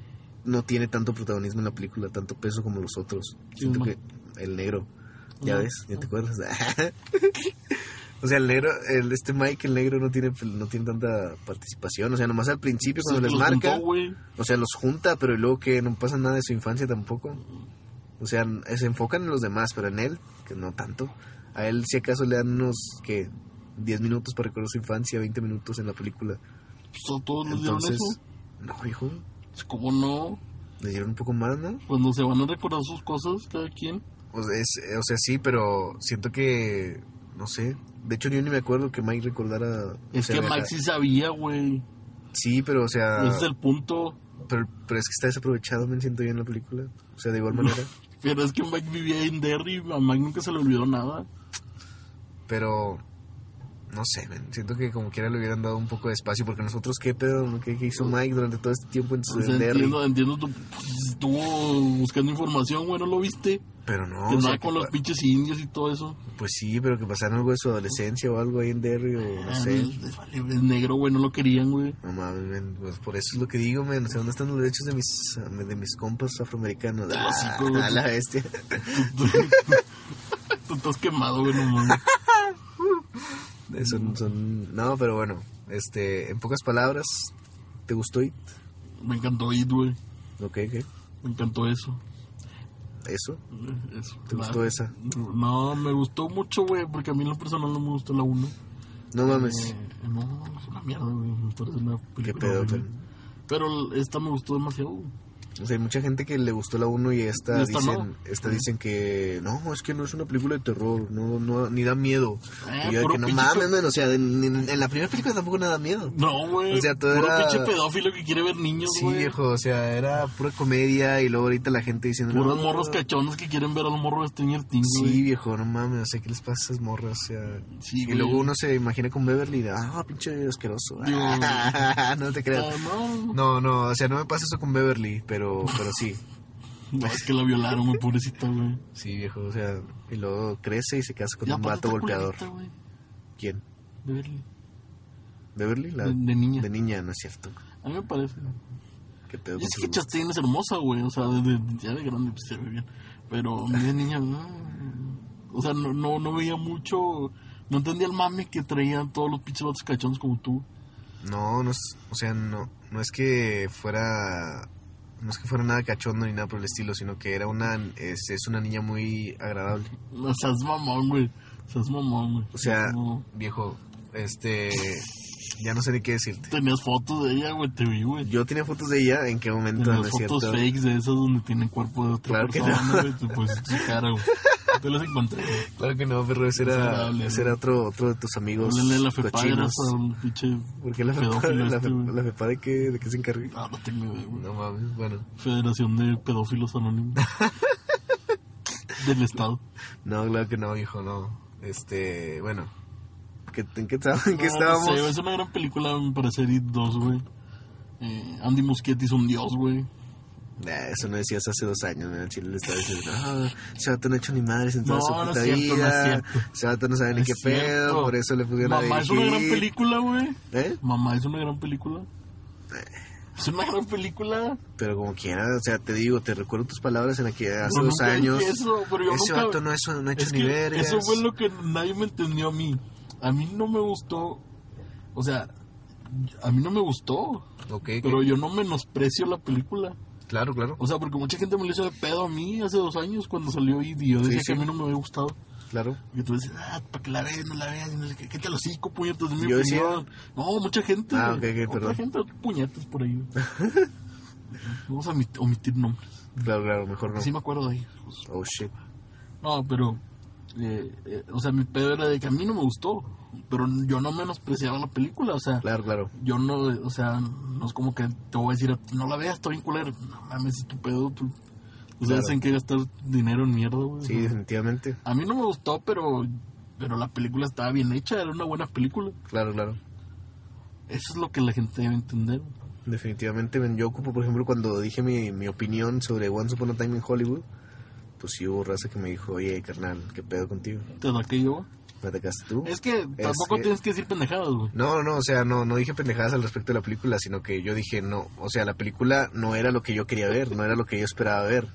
A: no tiene tanto protagonismo en la película, tanto peso como los otros.
B: ¿Quién
A: Siento
B: es
A: que el negro, ya
B: Ajá.
A: ves, ya te acuerdas. o sea, el negro, el, este Mike, el negro no tiene, no tiene tanta participación, o sea, nomás al principio
B: Se
A: cuando les
B: los
A: marca,
B: juntó, güey.
A: o sea, los junta, pero y luego que no pasa nada de su infancia tampoco. O sea, se enfocan en los demás, pero en él, que no tanto. A él, si acaso, le dan unos, que 10 minutos para recordar su infancia, 20 minutos en la película.
B: Pues, a todos les dieron
A: Entonces,
B: eso.
A: no, hijo,
B: Pues, ¿Cómo no?
A: le dieron un poco más, ¿no?
B: Cuando se van a recordar sus cosas, cada quien.
A: O sea, es- eh, o sea, sí, pero siento que, no sé. De hecho, yo ni me acuerdo que Mike recordara... o
B: Es
A: sea,
B: que
A: la-
B: Max sí sabía, güey.
A: Sí, pero, o sea,
B: Ese es el punto.
A: pero, pero es que está desaprovechado, me siento yo, en la película. O sea, de igual manera.
B: Pero es que Mike vivía en Derry. A Mike nunca se le olvidó nada.
A: Pero no sé, men, siento que como quiera le hubieran dado un poco de espacio porque nosotros qué pedo, qué, qué hizo Mike durante todo este tiempo en su
B: O sea,
A: en Derry?
B: pues, entiendo, entiendo. tú, pues, estuvo buscando información, güey. No lo viste.
A: Pero no,
B: Que
A: o sea,
B: nada
A: que
B: con los
A: pa-
B: pinches indios y todo eso.
A: pues sí, pero que pasaron algo de su adolescencia o algo ahí en Derry o no
B: Ah,
A: sé.
B: les- les vale, es negro, güey. No lo querían, güey.
A: No mames, men, pues por eso es lo que digo, men, o sea, ¿dónde están los derechos de mis de mis compas afroamericanos?
B: Te lo
A: Ah,
B: hocico, güey.
A: a la bestia.
B: Tú estás quemado, güey. No mames.
A: Son- son- no, pero bueno, este, en pocas palabras, ¿te gustó It?
B: Me encantó It, güey.
A: Ok, ok.
B: Me encantó eso.
A: Eso.
B: Eso,
A: ¿Te
B: la-
A: gustó esa?
B: No, me gustó mucho, güey, porque a mí en lo personal no me gustó la 1. Eh,
A: No mames.
B: no, es una mierda, güey. Me parece una película
A: pedo,
B: horrible.
A: men?
B: Pero esta me gustó demasiado. güey.
A: O sea, hay mucha gente que le gustó la 1 y esta,
B: Y esta
A: dicen,
B: no.
A: esta dicen que no, es que no es una película de terror, no, no ni da miedo.
B: Ah,
A: y yo de
B: puro
A: que no
B: pinche
A: mames,
B: co-
A: man, o sea, en, en- en la primera película tampoco nada da miedo.
B: No, güey.
A: O sea, todo
B: puro
A: era-
B: pinche pedófilo que quiere ver niños,
A: Sí,
B: güey.
A: viejo, o sea, era pura comedia y luego ahorita la gente diciendo...
B: Puros
A: "No,
B: morros cachones que quieren ver al morro de Stranger Things,
A: Sí,
B: güey.
A: viejo, no mames, o sea, ¿qué les pasa a esas morras? O sea,
B: Sí,
A: y
B: güey.
A: luego uno se imagina con Beverly, y, ah, pinche asqueroso.
B: Digo,
A: no te
B: Ah,
A: creas.
B: no,
A: No, no, o sea, no me pasa eso con Beverly, pero, pero sí.
B: no, es que la violaron, güey, pobrecita, güey.
A: Sí, viejo, o sea, y luego crece y se casa con
B: Y
A: un
B: aparte
A: vato
B: está
A: golpeador.
B: culerita, güey,
A: ¿Quién?
B: de verle.
A: ¿Beverly? La-
B: De- de niña.
A: De niña, no es cierto.
B: A mí me parece.
A: ¿Qué pedo con
B: Y Pues es
A: sus
B: que
A: gustos?
B: Chastain es hermosa, güey. O sea, desde, ya de grande pues, se ve bien. Pero a mí de niña, no. O sea, no, no, no veía mucho. No entendía el mame que traían todos los pinches vatos cachones como tú.
A: No, no es, o sea, no, no es que fuera, no es que fuera nada cachondo ni nada por el estilo, sino que era una, es, es una niña muy agradable.
B: No seas mamón, güey. Seas mamón, güey.
A: O sea,
B: No.
A: viejo, este, ya no sé ni qué decirte.
B: Tenías fotos de ella, güey, te vi, güey.
A: Yo tenía fotos de ella, ¿en qué momento? No
B: Tenías
A: es
B: fotos
A: cierto.
B: fakes de esas donde tienen cuerpo de otra
A: Claro que
B: persona, güey. te Pues su cara, güey. Te las encontré, güey.
A: Claro que no, pero ese era,
B: Desagradable,
A: ese era otro, otro de tus amigos
B: Háblale a la fepadera,
A: cochinos.
B: al pinche.
A: ¿Por qué la FEPA,
B: pedófilo
A: la,
B: este,
A: FEPA-
B: güey.
A: la FEPA de qué, de qué se encarga?
B: Ah, no tengo idea, güey.
A: No mames, bueno.
B: Federación de Pedófilos Anónimos. Del Estado.
A: No, claro que no, viejo, no. Este, bueno. ¿Qué- ¿En qué, estaba- en qué
B: No, no
A: estábamos?
B: sé, güey, es una gran película, me parece, It 2, güey. Eh, Andy Muschietti es un dios, güey.
A: Nah, eso no decías hace dos años, ¿no? El chile le estaba diciendo, ah, ese vato no ha hecho ni madres en toda
B: No,
A: su
B: no es
A: puta
B: cierto, no es
A: vida.
B: cierto.
A: Ese vato no sabe ni
B: Es
A: qué
B: cierto.
A: pedo, por eso le pusieron a
B: Mamá es una gran
A: dirigir.
B: película, güey.
A: ¿Eh?
B: Mamá es una gran película. Es una gran película.
A: Pero como quiera, o sea, te digo, te recuerdo tus palabras en aquel hace
B: Yo
A: dos
B: nunca dije
A: años.
B: eso, pero yo
A: ese
B: nunca-
A: vato no, es- no ha hecho
B: Es
A: ni
B: que
A: vergas.
B: eso fue lo que nadie me entendió a mí. A mí no me gustó. O sea, a mí no me gustó.
A: Ok, que-
B: Pero yo no menosprecio la película.
A: claro, claro.
B: O sea, porque mucha gente me lo hizo de pedo a mí hace dos años cuando salió y yo decía
A: sí.
B: que a mí no me había gustado.
A: Claro.
B: Y tú dices, ah, para que la veas, no la veas, y no sé qué, ¿qué te lo cinco puñetas? Es mi
A: Yo decía-
B: opinión. No, mucha gente.
A: Ah,
B: güey.
A: ok, ok, perdón.
B: Otra gente, puñetas por ahí. güey. Vamos a omit- omitir nombres.
A: Claro, claro, mejor no.
B: Sí me acuerdo de ellos.
A: Oh shit.
B: No, pero, eh, eh, o sea, mi pedo era de que a mí no me gustó, pero yo no menospreciaba la película, o sea,
A: Claro, claro.
B: yo no, o sea, no es como que te voy a decir, no la veas, está bien culero, no mames, es tu pedo, tú, tú sabes
A: Claro.
B: en qué gastar dinero en mierda, güey.
A: Sí, definitivamente.
B: A mí no me gustó, pero, pero la película estaba bien hecha, era una buena película,
A: Claro, claro.
B: eso es lo que la gente debe entender.
A: Definitivamente, men, yo ocupo, por ejemplo, cuando dije mi, mi opinión sobre Once Upon a Time in Hollywood, pues sí hubo raza que me dijo, oye, carnal, ¿qué pedo contigo?
B: ¿Te da que yo?
A: ¿Me atacaste tú?
B: Es que tampoco
A: que-
B: tienes que decir pendejadas, güey.
A: No, no, o sea, no, no dije pendejadas al respecto de la película, sino que yo dije, no, o sea, la película no era lo que yo quería ver, no era lo que yo esperaba ver.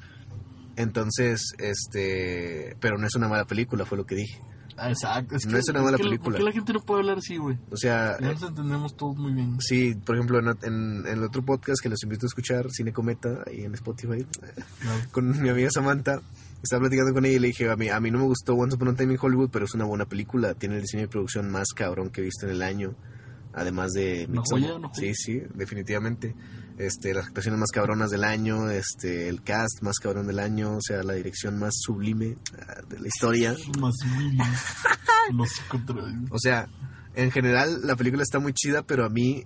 A: Entonces, este, pero no es una mala película, fue lo que dije.
B: Ah, Exacto.
A: No es una mala
B: que-
A: película.
B: ¿Por qué la gente no puede hablar así, güey?
A: O sea,
B: Ya
A: eh,
B: nos entendemos todos muy bien.
A: sí, por ejemplo, en, en- en el otro podcast que los invito a escuchar, Cine Cometa, ahí en Spotify,
B: Claro.
A: con mi amiga Samantha. Estaba platicando con ella y le dije, a mí, a mí no me gustó Once Upon a Time in Hollywood, pero es una buena película. Tiene el diseño de producción más cabrón que he visto en el año. Además de...
B: Una
A: Midsommar.
B: joya, una joya.
A: Sí, sí, definitivamente. Este, las actuaciones más cabronas del año, este, el cast más cabrón del año, o sea, la dirección más sublime ah, de la historia.
B: Más miles. No sé contra.
A: O sea, en general la película está muy chida, pero a mí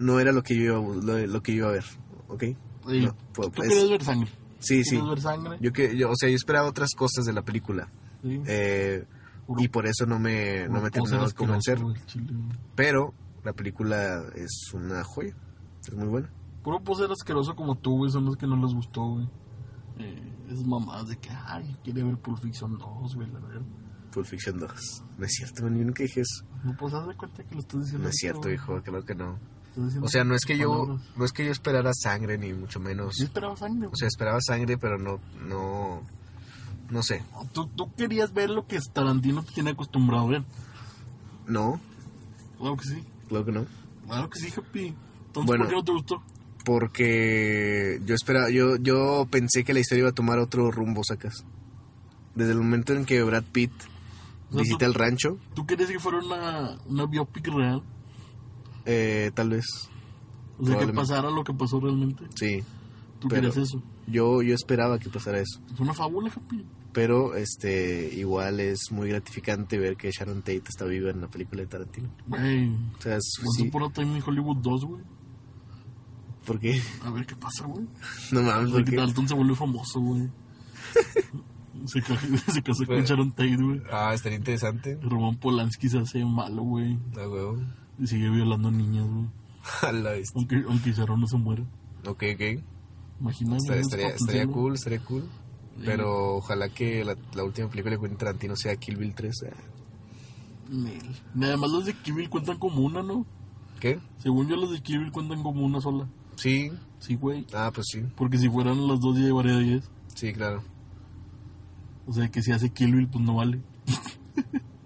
A: no era lo que yo iba, a bu- lo, lo que yo iba a ver, ¿ok?
B: Ey,
A: No, pues,
B: Tú querías
A: es-
B: ver sangre.
A: Sí, sí.
B: Querías ver sangre.
A: Yo que, yo, o sea, yo esperaba otras cosas de la película.
B: sí.
A: Eh, y por eso no me, no me
B: Una cosa
A: terminó de
B: asquerosa,
A: convencer.
B: güey, el chile, güey.
A: Pero la película es una joya. Es muy buena.
B: Puro poser asqueroso como tú, güey, son los que no les gustó, güey. Eh, es mamás de que, ay, quiere ver Pulp Fiction 2, güey, la verdad.
A: Pulp Fiction 2. No es cierto, man, yo nunca dije eso.
B: No, pues haz de cuenta que lo estás diciendo.
A: No es
B: ahorita,
A: cierto,
B: güey.
A: hijo, claro que no.
B: Estás diciendo
A: O sea, no es que yo
B: palabras.
A: no es que yo esperara sangre ni mucho menos.
B: Yo esperaba sangre,
A: O
B: güey.
A: sea, esperaba sangre, pero no no no sé.
B: tú, tú querías ver lo que Tarantino te tiene acostumbrado a ver.
A: No,
B: Claro que sí.
A: claro que no.
B: Claro que sí, Happy. Entonces,
A: Bueno.
B: ¿por qué no te gustó?
A: Porque yo esperaba yo yo pensé que la historia iba a tomar otro rumbo, sacas. Desde el momento en que Brad Pitt
B: tú-
A: visita el rancho,
B: ¿Tú querías que fuera una, una biopic real?
A: eh, tal vez,
B: O sea, que
A: Probablemente.
B: pasara lo que pasó realmente.
A: sí.
B: ¿Tú
A: Pero-
B: querías eso?
A: Yo, yo esperaba que pasara eso.
B: Es una fábula, Happy.
A: Pero este igual es muy gratificante ver que Sharon Tate está viva en la película de Tarantino.
B: Güey.
A: O sea, es,
B: Once
A: Pues sí,
B: Upon a Time in Hollywood 2, güey.
A: porque
B: A ver qué pasa, güey.
A: no mames,
B: Porque
A: porque
B: Dalton se volvió famoso, güey. se, ca- se casó con
A: Güey.
B: Sharon Tate, güey.
A: ah, estaría interesante.
B: Roman Polanski se hace malo, güey.
A: La huevo.
B: Y sigue violando niñas, güey.
A: A la bestia.
B: Aunque, aunque Sharon no se muera.
A: Ok, ok.
B: Imagínate.
A: Estaría,
B: güey,
A: estaría,
B: está
A: estaría
B: pensando.
A: cool, estaría cool. Pero ojalá que la, la última película de Quentin Tarantino sea Kill Bill 3. eh.
B: Nel. Y Además, los de Kill Bill cuentan como una, ¿no?
A: ¿Qué?
B: Según yo, los de Kill Bill cuentan como una sola.
A: Sí.
B: Sí, güey.
A: Ah, pues sí.
B: Porque si fueran las dos, ya llevaría 10.
A: Sí, claro.
B: O sea, que si hace Kill Bill, pues no vale.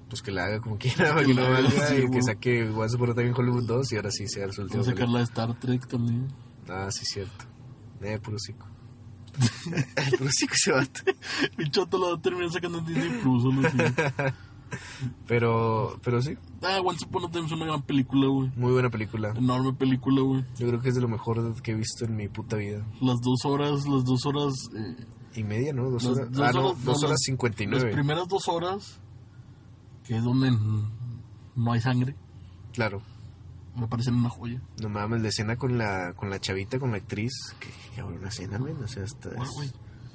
A: pues que la haga como quiera, para que no
B: la haga,
A: valga,
B: sí,
A: y que
B: güey.
A: saque Once Upon a Time in Hollywood 2 y ahora sí sea su último.
B: Vamos a sacar la de Star Trek también.
A: película. Ah, sí, cierto. Eh, puro cico. puro cico se bate.
B: Mi choto la va a terminar sacando en Disney Plus. o algo así.
A: Pero, pero sí,
B: Ah, Once Upon a Time es una gran película, güey.
A: muy buena película.
B: Enorme película, güey.
A: Yo creo que es de lo mejor que he visto en mi puta vida.
B: Las dos horas, las dos horas. eh,
A: Y media, ¿no? Dos
B: Las
A: horas.
B: dos
A: Ah, no,
B: horas- no,
A: dos
B: las-
A: horas
B: Las
A: 59.
B: primeras dos horas, que es donde n- no hay sangre,
A: Claro.
B: me parecen una joya.
A: No mames, la escena con la, con la chavita, con la actriz. Que que cabrón, una escena, güey. O sea, hasta
B: Guau,
A: es-
B: güey.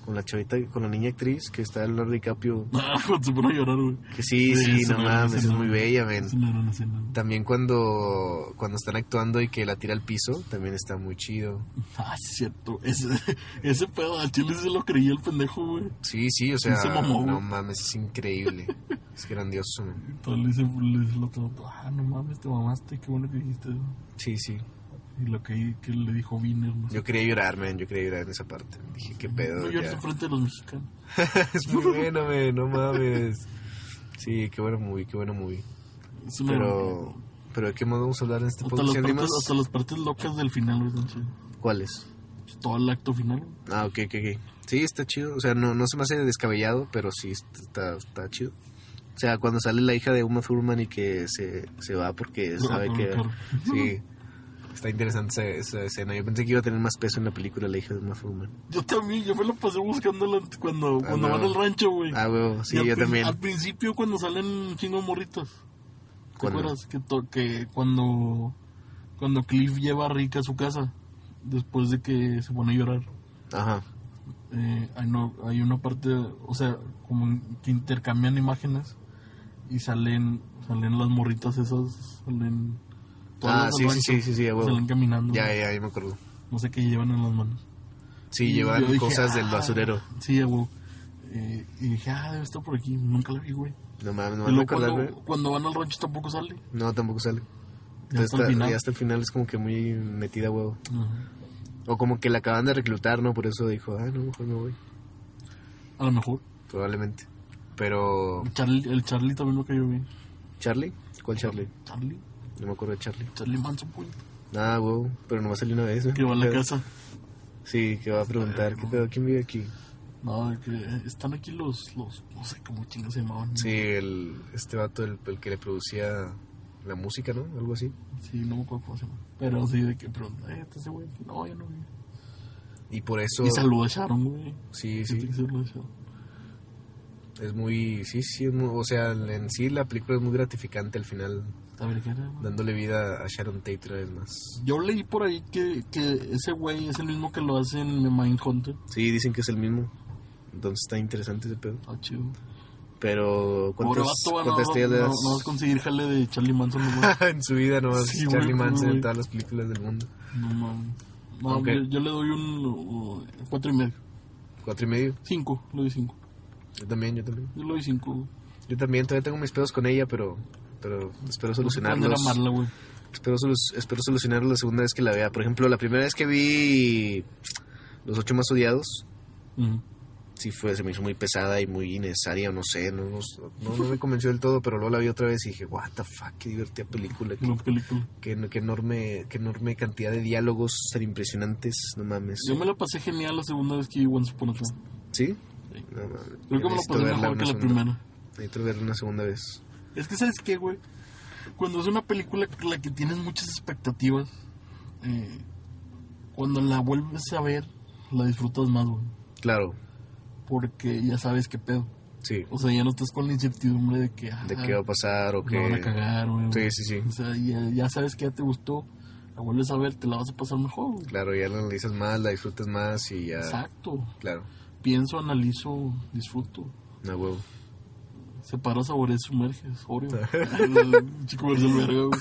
A: Con la chavita, con la niña actriz que está en Lord DiCaprio.
B: Ah, cuando se pone a llorar, güey.
A: Que sí,
B: Sí,
A: sí,
B: es
A: no
B: una gran
A: mames, es
B: escena.
A: muy bella, men.
B: Es una gran escena, güey.
A: También cuando, cuando están actuando y que la tira al piso, también está muy chido.
B: Ah, es cierto. Ese, ese pedo al chile se lo creía el pendejo, güey.
A: Sí, sí, o sea,
B: se mamó,
A: no
B: güey.
A: mames, es increíble. es grandioso, men.
B: Entonces le dice, le dice el otro, ah, no mames, te mamaste, qué bueno que dijiste. eso".
A: Sí, sí.
B: Y lo que, que le dijo Wiener, no sé.
A: Yo quería llorar, men, yo quería llorar en esa parte. Dije, qué pedo.
B: No llores
A: ya.
B: enfrente de los mexicanos.
A: es muy bueno, men, no mames. Sí, qué bueno movie, qué bueno movie.
B: Es una gran
A: Pero,
B: película.
A: pero ¿de qué más vamos a hablar en este
B: Hasta
A: podcast?
B: las,
A: ¿Sí,
B: partes,
A: animas?
B: hasta las partes locas del final, güey. son chidas.
A: ¿Cuáles?
B: Todo el acto final, güey.
A: Ah, ok, ok, ok. Sí, está chido. O sea, no, no se me hace descabellado, pero sí está, está chido. O sea, cuando sale la hija de Uma Thurman y que se, se va porque
B: Se va
A: sabe
B: con
A: que...
B: el carro.
A: Sí. Está interesante esa, esa escena. Yo pensé que iba a tener más peso en la película la hija de Uma Thurman.
B: Yo también, yo me la pasé buscándola ant- cuando,
A: Ah,
B: cuando
A: no.
B: van al rancho, güey.
A: Ah, huevo. Sí,
B: Y al
A: yo
B: prin-
A: también.
B: Al principio cuando salen un chingo de morritos. ¿Te
A: ¿Cuándo?
B: acuerdas? Que, to- que cuando, cuando Cliff lleva a Rick a su casa, después de que se pone a llorar,
A: Ajá.
B: eh, hay, no, hay una parte, o sea, como en- que intercambian imágenes y salen salen las morritas esas, salen... todas
A: Ah,
B: las del
A: sí, sí, sí,
B: rancho,
A: sí, sí, a huevo.
B: Salen caminando.
A: Ya,
B: güey.
A: ya, ya me acuerdo.
B: No sé qué llevan en las manos.
A: Sí,
B: Y
A: llevan
B: yo dije,
A: cosas del
B: "Ah".
A: basurero.
B: Sí, a huevo. Eh, y dije, ah, debe estar por aquí. Nunca la vi, güey.
A: No mames, no
B: Y
A: me
B: luego
A: acuerdo.
B: cuando, cuando van al rancho tampoco sale.
A: No, tampoco sale.
B: Ya
A: Entonces,
B: hasta el
A: está-
B: final.
A: ya hasta el final es como que muy metida a huevo.
B: Ajá.
A: O como que la acaban de reclutar, ¿no? Por eso dijo, ah, no, mejor me voy.
B: A lo mejor.
A: Probablemente. Pero,
B: Charlie, el Charlie también me cayó bien.
A: ¿Charlie? ¿Cuál Charlie?
B: Charlie.
A: No me acuerdo de Charlie.
B: Charlie Manson, güey.
A: Nada, huevo. Pero nomás salió una vez, ¿no?
B: Que va a la
A: Pero-
B: casa.
A: Sí, que va a preguntar, ¿qué pedo? ¿Quién vive aquí?
B: No, de que están aquí los, los no sé cómo chingados se llamaban.
A: Sí, el, este vato, el, el que le producía la música, ¿no? Algo así.
B: Sí, no me acuerdo cómo se llama. Pero sí, de que pregunta, eh, este ese güey. No, yo no vi.
A: Y por eso...
B: Y saluda a Sharon, güey.
A: Sí,
B: Siento
A: sí.
B: que saluda a Sharon.
A: Es muy... Sí, sí. es muy- o sea, en sí la película es muy gratificante al final,
B: A ver, ¿qué era? güey?
A: dándole vida a Sharon Tate otra vez más.
B: Yo leí por ahí que, que ese güey es el mismo que lo hace en Mindhunter.
A: Sí, dicen que es el mismo. Entonces está interesante ese pedo.
B: Está Ah, chido.
A: Pero,
B: Pobre
A: ¿cuántas,
B: vato, güey, no,
A: cuántas estrellas le
B: no-
A: das?
B: no vas a conseguir jale de Charlie Manson, no mames.
A: en su vida nomás
B: Sí, güey,
A: Charlie Manson
B: güey.
A: en todas las películas del mundo.
B: No, mames. No,
A: Ok.
B: yo, yo le doy un uh, cuatro y medio.
A: Cuatro y medio.
B: Cinco, le doy cinco.
A: Yo también, yo también.
B: Yo le doy cinco.
A: Yo también todavía tengo mis pedos con ella, pero, pero
B: Pues
A: espero
B: Aprender a
A: solucionarlos.
B: amarla, güey.
A: Espero, solu- espero solucionarlos la segunda vez que la vea. Por ejemplo, la primera vez que vi Los Ocho Más Odiados,
B: Ujú.
A: sí fue, se me hizo muy pesada y muy innecesaria, no sé, no, no, no- no me convenció del todo, pero luego la vi otra vez y dije, what the fuck, qué divertida película.
B: En la película.
A: Qué, qué enorme, qué enorme cantidad de diálogos tan impresionantes, no mames.
B: Yo me la pasé genial la segunda vez que vi Once Upon a Time.
A: ¿Sí?
B: Sí.
A: No mames.
B: Creo que me la
A: Necesito
B: pasé
A: verla
B: mejor
A: una
B: que la
A: segunda-
B: primera.
A: Necesito verla una segunda vez.
B: Es que, ¿sabes qué, güey? Cuando es una película que- la que tienes muchas expectativas, eh, cuando la vuelves a ver, la disfrutas más, güey.
A: Claro,
B: Porque ya sabes qué pedo.
A: sí.
B: O sea, ya no estás con la incertidumbre de que... ah,
A: De qué va a pasar o qué.
B: la van a cagar, güey.
A: Sí, sí, sí.
B: O sea, ya, ya sabes que ya te gustó. La vuelves a ver, te la vas a pasar mejor, güey.
A: Claro, ya la analizas más, la disfrutas más y ya.
B: Exacto.
A: Claro,
B: Pienso, analizo, disfruto.
A: no huevo.
B: Separo sabores, sumerges, Oreo. El Chico comercial verga, güey.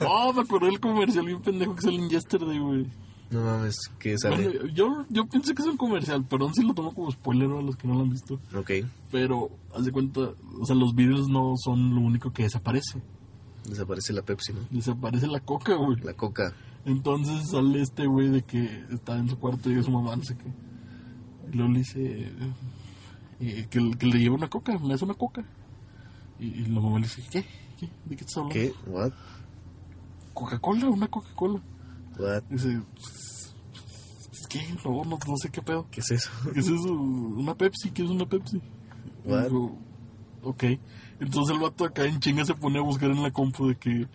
B: No, me acordé del comercial bien pendejo que salió en Yesterday, güey.
A: No mames, que sale.
B: Bueno, yo, yo pienso que es un comercial, perdón si lo tomo como spoiler a los que no lo han visto.
A: Ok,
B: Pero, haz de cuenta, o sea, los vídeos no son lo único que desaparece.
A: desaparece la Pepsi, ¿no?
B: Desaparece la coca, güey.
A: La coca.
B: Entonces sale este güey de que está en su cuarto y llega su mamá, no sé qué. eh, Y luego le dice eh, que, que le lleva una coca, me hace una coca. Y, y la mamá le dice, ¿qué? ¿Qué? ¿De qué estás hablando?
A: ¿Qué? ¿What?
B: Coca-Cola, una Coca-Cola.
A: ¿What?
B: Y Dice, ¿qué? No, no, no sé qué pedo.
A: ¿Qué es eso?
B: ¿Qué es eso? ¿Una Pepsi? ¿Qué es una Pepsi? Y
A: What?
B: digo, ok. Entonces el vato acá en chinga se pone a buscar en la compu de que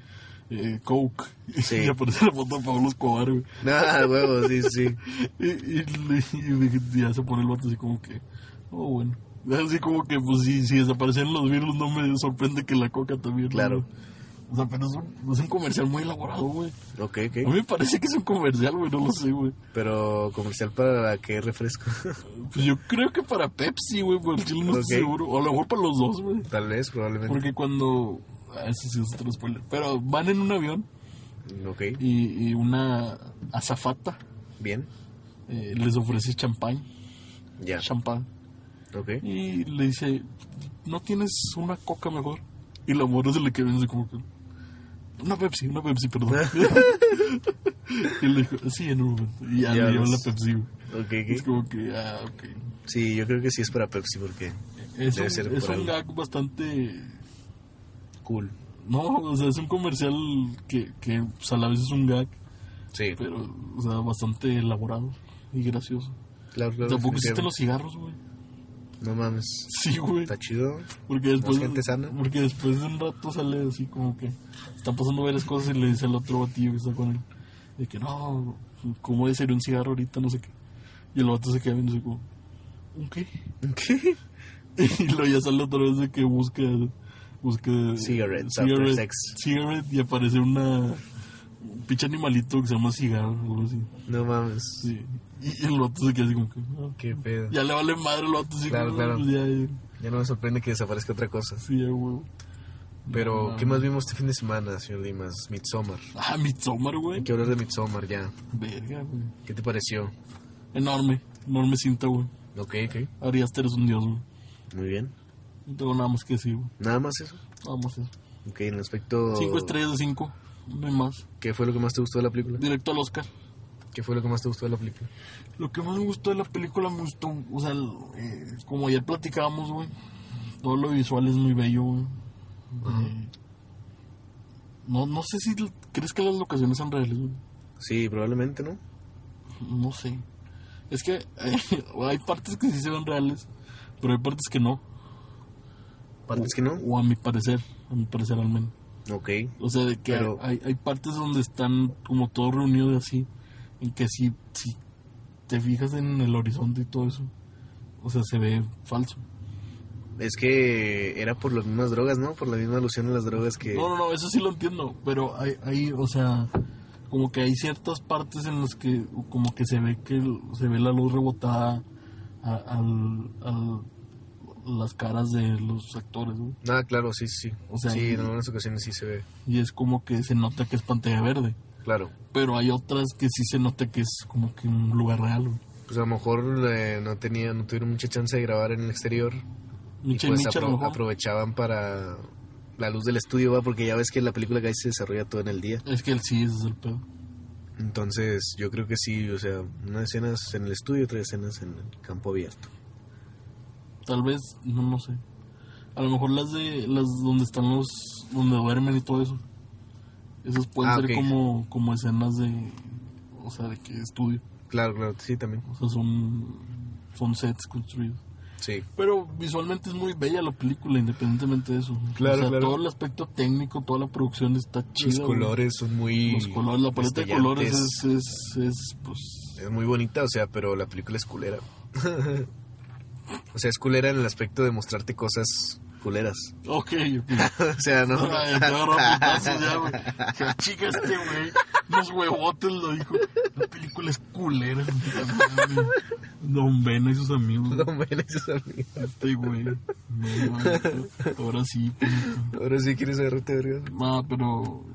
B: eh, Coke.
A: Sí.
B: Y aparece la foto de Pablo Escobar, güey.
A: Nada, Ah, huevo, sí, sí.
B: Y, y le- y ya se pone el vato así como que, oh, bueno. Así como que, pues, si, si desaparecen los virus, no me sorprende que la coca también. ¿no?
A: Claro.
B: O sea, pero es un, es un comercial muy elaborado, güey.
A: Ok,
B: A mí
A: ok.
B: me parece que es un comercial, güey, no lo sé, güey.
A: Pero comercial para qué refresco.
B: Pues yo creo que para Pepsi, güey, por el chile no estoy
A: Ok.
B: seguro. O a lo mejor para los dos, güey.
A: Tal vez, probablemente.
B: Porque cuando. ah, Eso sí es otro spoiler. Pero van en un avión
A: Ok,
B: y, y una azafata
A: bien.
B: eh, les ofrece champán.
A: Ya.
B: Champán.
A: Ok.
B: Y le dice: ¿No tienes una coca mejor? Y la morra se le queda viendo así como que. Una Pepsi, una Pepsi, perdón. y le dijo: Sí, en un momento. Y ya
A: Ya
B: le dio
A: ves.
B: la Pepsi, güey.
A: Ok,
B: Es
A: ok.
B: como que, ah, ok.
A: Sí, yo creo que sí es para Pepsi porque
B: Es,
A: Debe
B: un,
A: ser
B: es
A: por
B: un
A: algo.
B: gag bastante.
A: cool.
B: No, o sea, es un comercial que, que pues, a la vez es un gag,
A: Sí.
B: pero, o sea, bastante elaborado y gracioso.
A: Claro, claro.
B: Tampoco
A: definitivamente.
B: existen los cigarros, güey.
A: No mames.
B: Sí, güey.
A: Está chido.
B: Porque después,
A: gente sana.
B: porque después de un rato sale así como que está pasando varias cosas y le dice al otro batillo que está con él, de que no, ¿cómo es ser un cigarro ahorita? No sé qué. Y el vato se queda viendo así como, ¿un qué?
A: ¿Qué?
B: Y luego ya sale otra vez de que busca. Busca.
A: Cigarettes after
B: cigarette,
A: sex.
B: cigarette, y aparece una. Un pinche animalito que se llama cigarro o algo así.
A: No mames.
B: Sí. Y el vato se queda así como que. ah,
A: Qué pedo.
B: Ya le vale madre el vato así
A: Claro,
B: como,
A: claro.
B: pues, Ya, ya,
A: Ya no me sorprende que desaparezca otra cosa.
B: sí, ya, huevo.
A: Pero,
B: No,
A: ¿qué
B: no.
A: más vimos este fin de semana, señor Limas? Midsommar.
B: Ah, Midsommar, güey.
A: Hay que hablar de Midsommar ya.
B: Verga, güey.
A: ¿Qué te pareció?
B: Enorme. Enorme cinta, güey.
A: Ok, ok.
B: Ari Aster es un dios, güey.
A: Muy bien.
B: No tengo nada más que decir, güey.
A: Nada más eso.
B: Nada más eso.
A: Ok, en el aspecto.
B: Cinco estrellas de cinco. No hay más.
A: ¿Qué fue lo que más te gustó de la película?
B: Directo al Oscar.
A: ¿Qué fue lo que más te gustó de la película?
B: Lo que más me gustó de la película me gustó, o sea, el- eh, como ayer platicábamos, güey, todo lo visual es muy bello, güey. Eh, no, no sé si l- crees que las locaciones son reales, güey.
A: Sí, probablemente, ¿no?
B: No sé. Es que eh, hay partes que sí se ven reales, pero hay partes que no.
A: Partes que no.
B: O a mi parecer, a mi parecer al menos.
A: Ok,
B: O sea, de que
A: Pero-
B: hay, hay partes donde están como todos reunidos así, en que si, si te fijas en el horizonte y todo eso, o sea, se ve falso.
A: es que era por las mismas drogas, ¿no? Por la misma alusión a las drogas que...
B: No, no, no, eso sí lo entiendo, pero hay, hay, o sea, como que hay ciertas partes en las que como que se ve que el- se ve la luz rebotada a, al- al- las caras de los actores, güey.
A: Ah, claro, sí, sí.
B: O sea,
A: sí,
B: y-
A: en algunas ocasiones sí se ve.
B: y es como que se nota que es pantalla verde,
A: Claro.
B: pero hay otras que sí se nota que es como que un lugar real, güey.
A: Pues a lo mejor eh, no tenía, no tuvieron mucha chance de grabar en el exterior.
B: Micha
A: y
B: y
A: pues
B: Micha, a lo
A: apro-
B: mejor.
A: aprovechaban para la luz del estudio, va, porque ya ves que la película que hay se desarrolla todo en el día.
B: Es que el sí, ese es el pedo.
A: Entonces, yo creo que sí, o sea, una escena es en el estudio, otra escena es en el campo abierto.
B: Tal vez, no, no sé. A lo mejor las de las donde están los donde duermen y todo eso. Esas pueden
A: Ah,
B: ser
A: ok.
B: como como escenas de o sea, de que estudio.
A: Claro, claro, sí, también.
B: O sea, son son sets construidos.
A: Sí.
B: Pero visualmente es muy bella la película independientemente de eso.
A: Claro,
B: o sea,
A: claro.
B: todo el aspecto técnico, toda la producción está chida.
A: Los
B: güey.
A: colores son muy...
B: los colores, la paleta de colores
A: destellantes.
B: es, es, es, pues
A: Es muy bonita, o sea, pero la película es culera. o sea, es culera en el aspecto de mostrarte cosas culeras.
B: Ok, ok.
A: o sea, no...
B: Ay, te agarro a putazos ya, güey. Se achica este güey. Unos huevotes lo dijo. La película es culera. güey. Don Ben y sus amigos.
A: No me le dices a mí.
B: Este güey. No, güey. Ahora sí. pues.
A: Ahora sí quieres agarrarte vergas.
B: No, pero.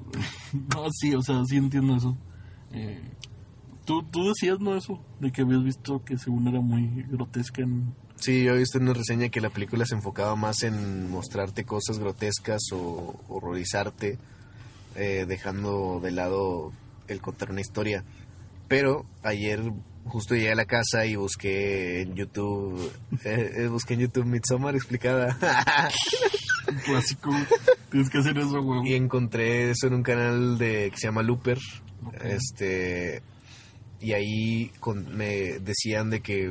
B: No, sí, o sea, sí entiendo eso. Eh, tú, tú decías, ¿no? Eso. De que habías visto que según era muy grotesca en.
A: Sí, yo he visto en una reseña que la película se enfocaba más en mostrarte cosas grotescas o horrorizarte, eh, dejando de lado el contar una historia. Pero ayer justo llegué a la casa y busqué en YouTube, eh, eh, busqué en YouTube Midsommar explicada.
B: un clásico. güey. Tienes que hacer eso,
A: Y
B: güey.
A: encontré eso en un canal de que se llama Looper.
B: Ok.
A: Este. Y ahí con- me decían de que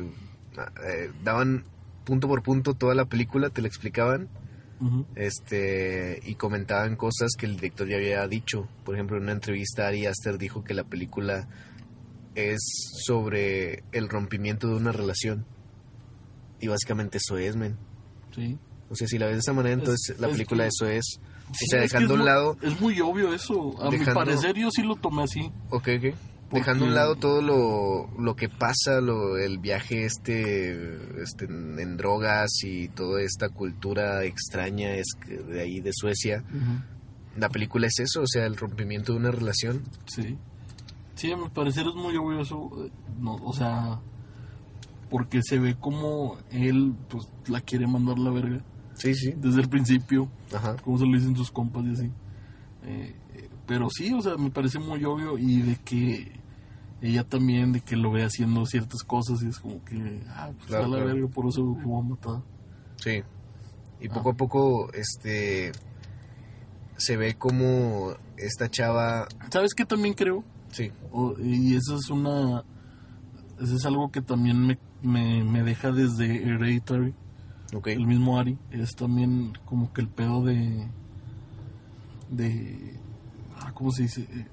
A: eh, daban punto por punto toda la película, te la explicaban.
B: Ujú.
A: Este. Y comentaban cosas que el director ya había dicho. Por ejemplo, en una entrevista Ari Aster dijo que la película es sobre el rompimiento de una relación. Y básicamente eso es, men.
B: Sí.
A: O sea, si la ves de esa manera, entonces la
B: es
A: película
B: que-
A: eso es. O
B: Sí,
A: sea,
B: es que
A: dejando a
B: es
A: un
B: muy-
A: lado
B: Es muy obvio eso. A mi
A: Dejando-
B: parecer, yo sí lo tomé así.
A: Ok, ok.
B: Porque-
A: Dejando a un lado todo lo, lo que pasa, lo, el viaje este, este en, en drogas y toda esta cultura extraña es que de ahí de Suecia, la película es eso, o sea, el rompimiento de una relación.
B: Sí. Sí, a mi parecer es muy obvio eso. eh, No, o sea, porque se ve como él, pues, la quiere mandar la verga.
A: Sí, sí.
B: Desde el principio,
A: Ajá.
B: como se lo dicen sus compas y así. Eh, eh, pero sí, o sea, me parece muy obvio y de que ella también, de que lo ve haciendo ciertas cosas y es como que, ah, pues,
A: Claro,
B: a la
A: claro.
B: verga, por eso fue matada.
A: Sí. Y
B: Ah.
A: poco a poco, este, se ve como esta chava,
B: ¿Sabes qué también creo?
A: sí,
B: O- y eso es una. Eso es algo que también me, me, me deja desde Hereditary.
A: ok,
B: El mismo Ari. Es también como que el pedo de. De. ah, ¿Cómo se dice? Eh,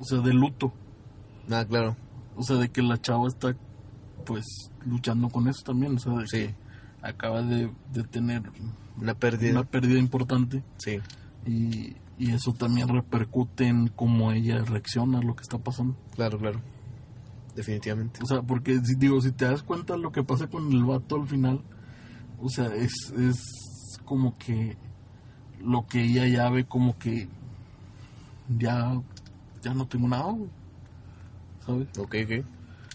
B: O sea, de luto.
A: nada, claro,
B: O sea, de que la chava está. Pues luchando con eso también. O sea, de
A: Sí.
B: que acaba de, de tener
A: una pérdida,
B: una pérdida importante.
A: sí,
B: Y, y eso también repercute en cómo ella reacciona a lo que está pasando.
A: claro, claro, definitivamente,
B: O sea, porque si, digo, si te das cuenta lo que pasa con el vato al final, o sea, es, es como que lo que ella ya ve como que ya, ya no tengo nada, güey. ¿Sabes?
A: ok, ok.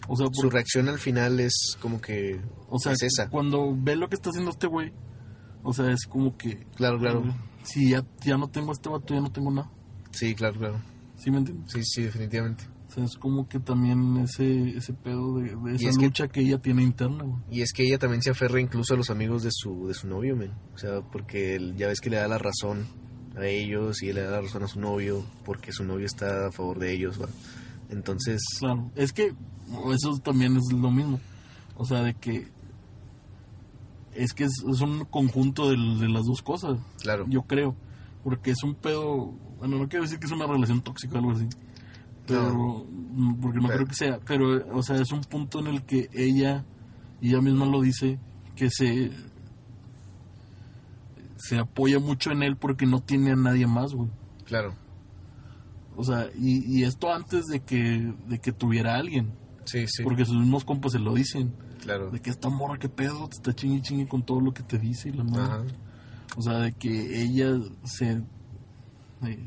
B: O sea,
A: su
B: por-
A: reacción al final es como que
B: o sea
A: es esa.
B: cuando ve lo que está haciendo este güey, o sea, es como que...
A: Claro, claro.
B: Si ya, ya no tengo a este vato, ya no tengo nada.
A: Sí, claro, claro.
B: ¿Sí me entiendes?
A: Sí, sí, definitivamente.
B: O sea, es como que también ese, ese pedo de, de esa
A: es que-
B: lucha que ella tiene interna, güey.
A: Y es que ella también se aferra incluso a los amigos de su, de su novio, men. O sea, porque él- ya ves que le da la razón a ellos y le da la razón a su novio porque su novio está a favor de ellos, ¿va? Entonces,
B: Claro, es que eso también es lo mismo. O sea, de que es que es, es un conjunto de, de las dos cosas,
A: claro.
B: yo creo. Porque es un pedo, bueno, no quiero decir que es una relación tóxica o algo así. Pero, mm, porque no
A: Pero-
B: creo que sea. Pero, o sea, es un punto en el que ella, y ella misma lo dice, que se se apoya mucho en él porque no tiene a nadie más, güey.
A: Claro.
B: O sea, y, y esto antes de que, de que tuviera a alguien.
A: Sí, sí.
B: Porque sus mismos compas se lo dicen.
A: Claro.
B: De que esta morra, qué pedo, te está chingue y chingue con todo lo que te dice y la madre.
A: Ajá.
B: O sea, de que ella se. eh,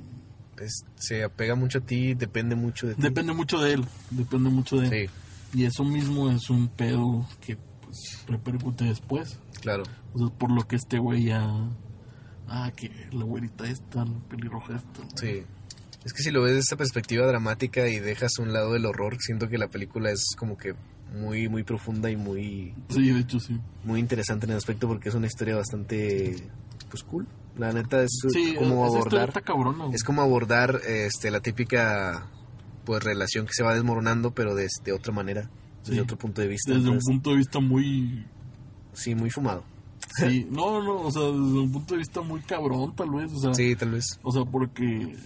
A: Es- se apega mucho a ti, depende mucho de ti.
B: depende mucho de él. Depende mucho de él.
A: Sí,
B: Y eso mismo es un pedo que pues, repercute después.
A: claro.
B: O sea, por lo que este güey ya. Ah, que la güerita esta, la pelirroja esta.
A: Sí. Es que si lo ves de esta perspectiva dramática y dejas a un lado el horror, siento que la película es como que muy, muy profunda y muy,
B: Sí, de hecho sí.
A: muy interesante en el aspecto porque es una historia bastante, pues, cool. La neta es
B: Sí,
A: como
B: esa historia
A: abordar,
B: está cabrona. güey.
A: es como abordar, este, la típica, pues, relación que se va desmoronando, pero desde otra manera, desde
B: Sí.
A: otro punto de vista.
B: Desde un
A: Entonces,
B: punto de vista muy
A: Sí, muy fumado.
B: Sí, no, no, o sea, desde un punto de vista muy cabrón, tal vez, o sea,
A: Sí, tal vez.
B: o sea, porque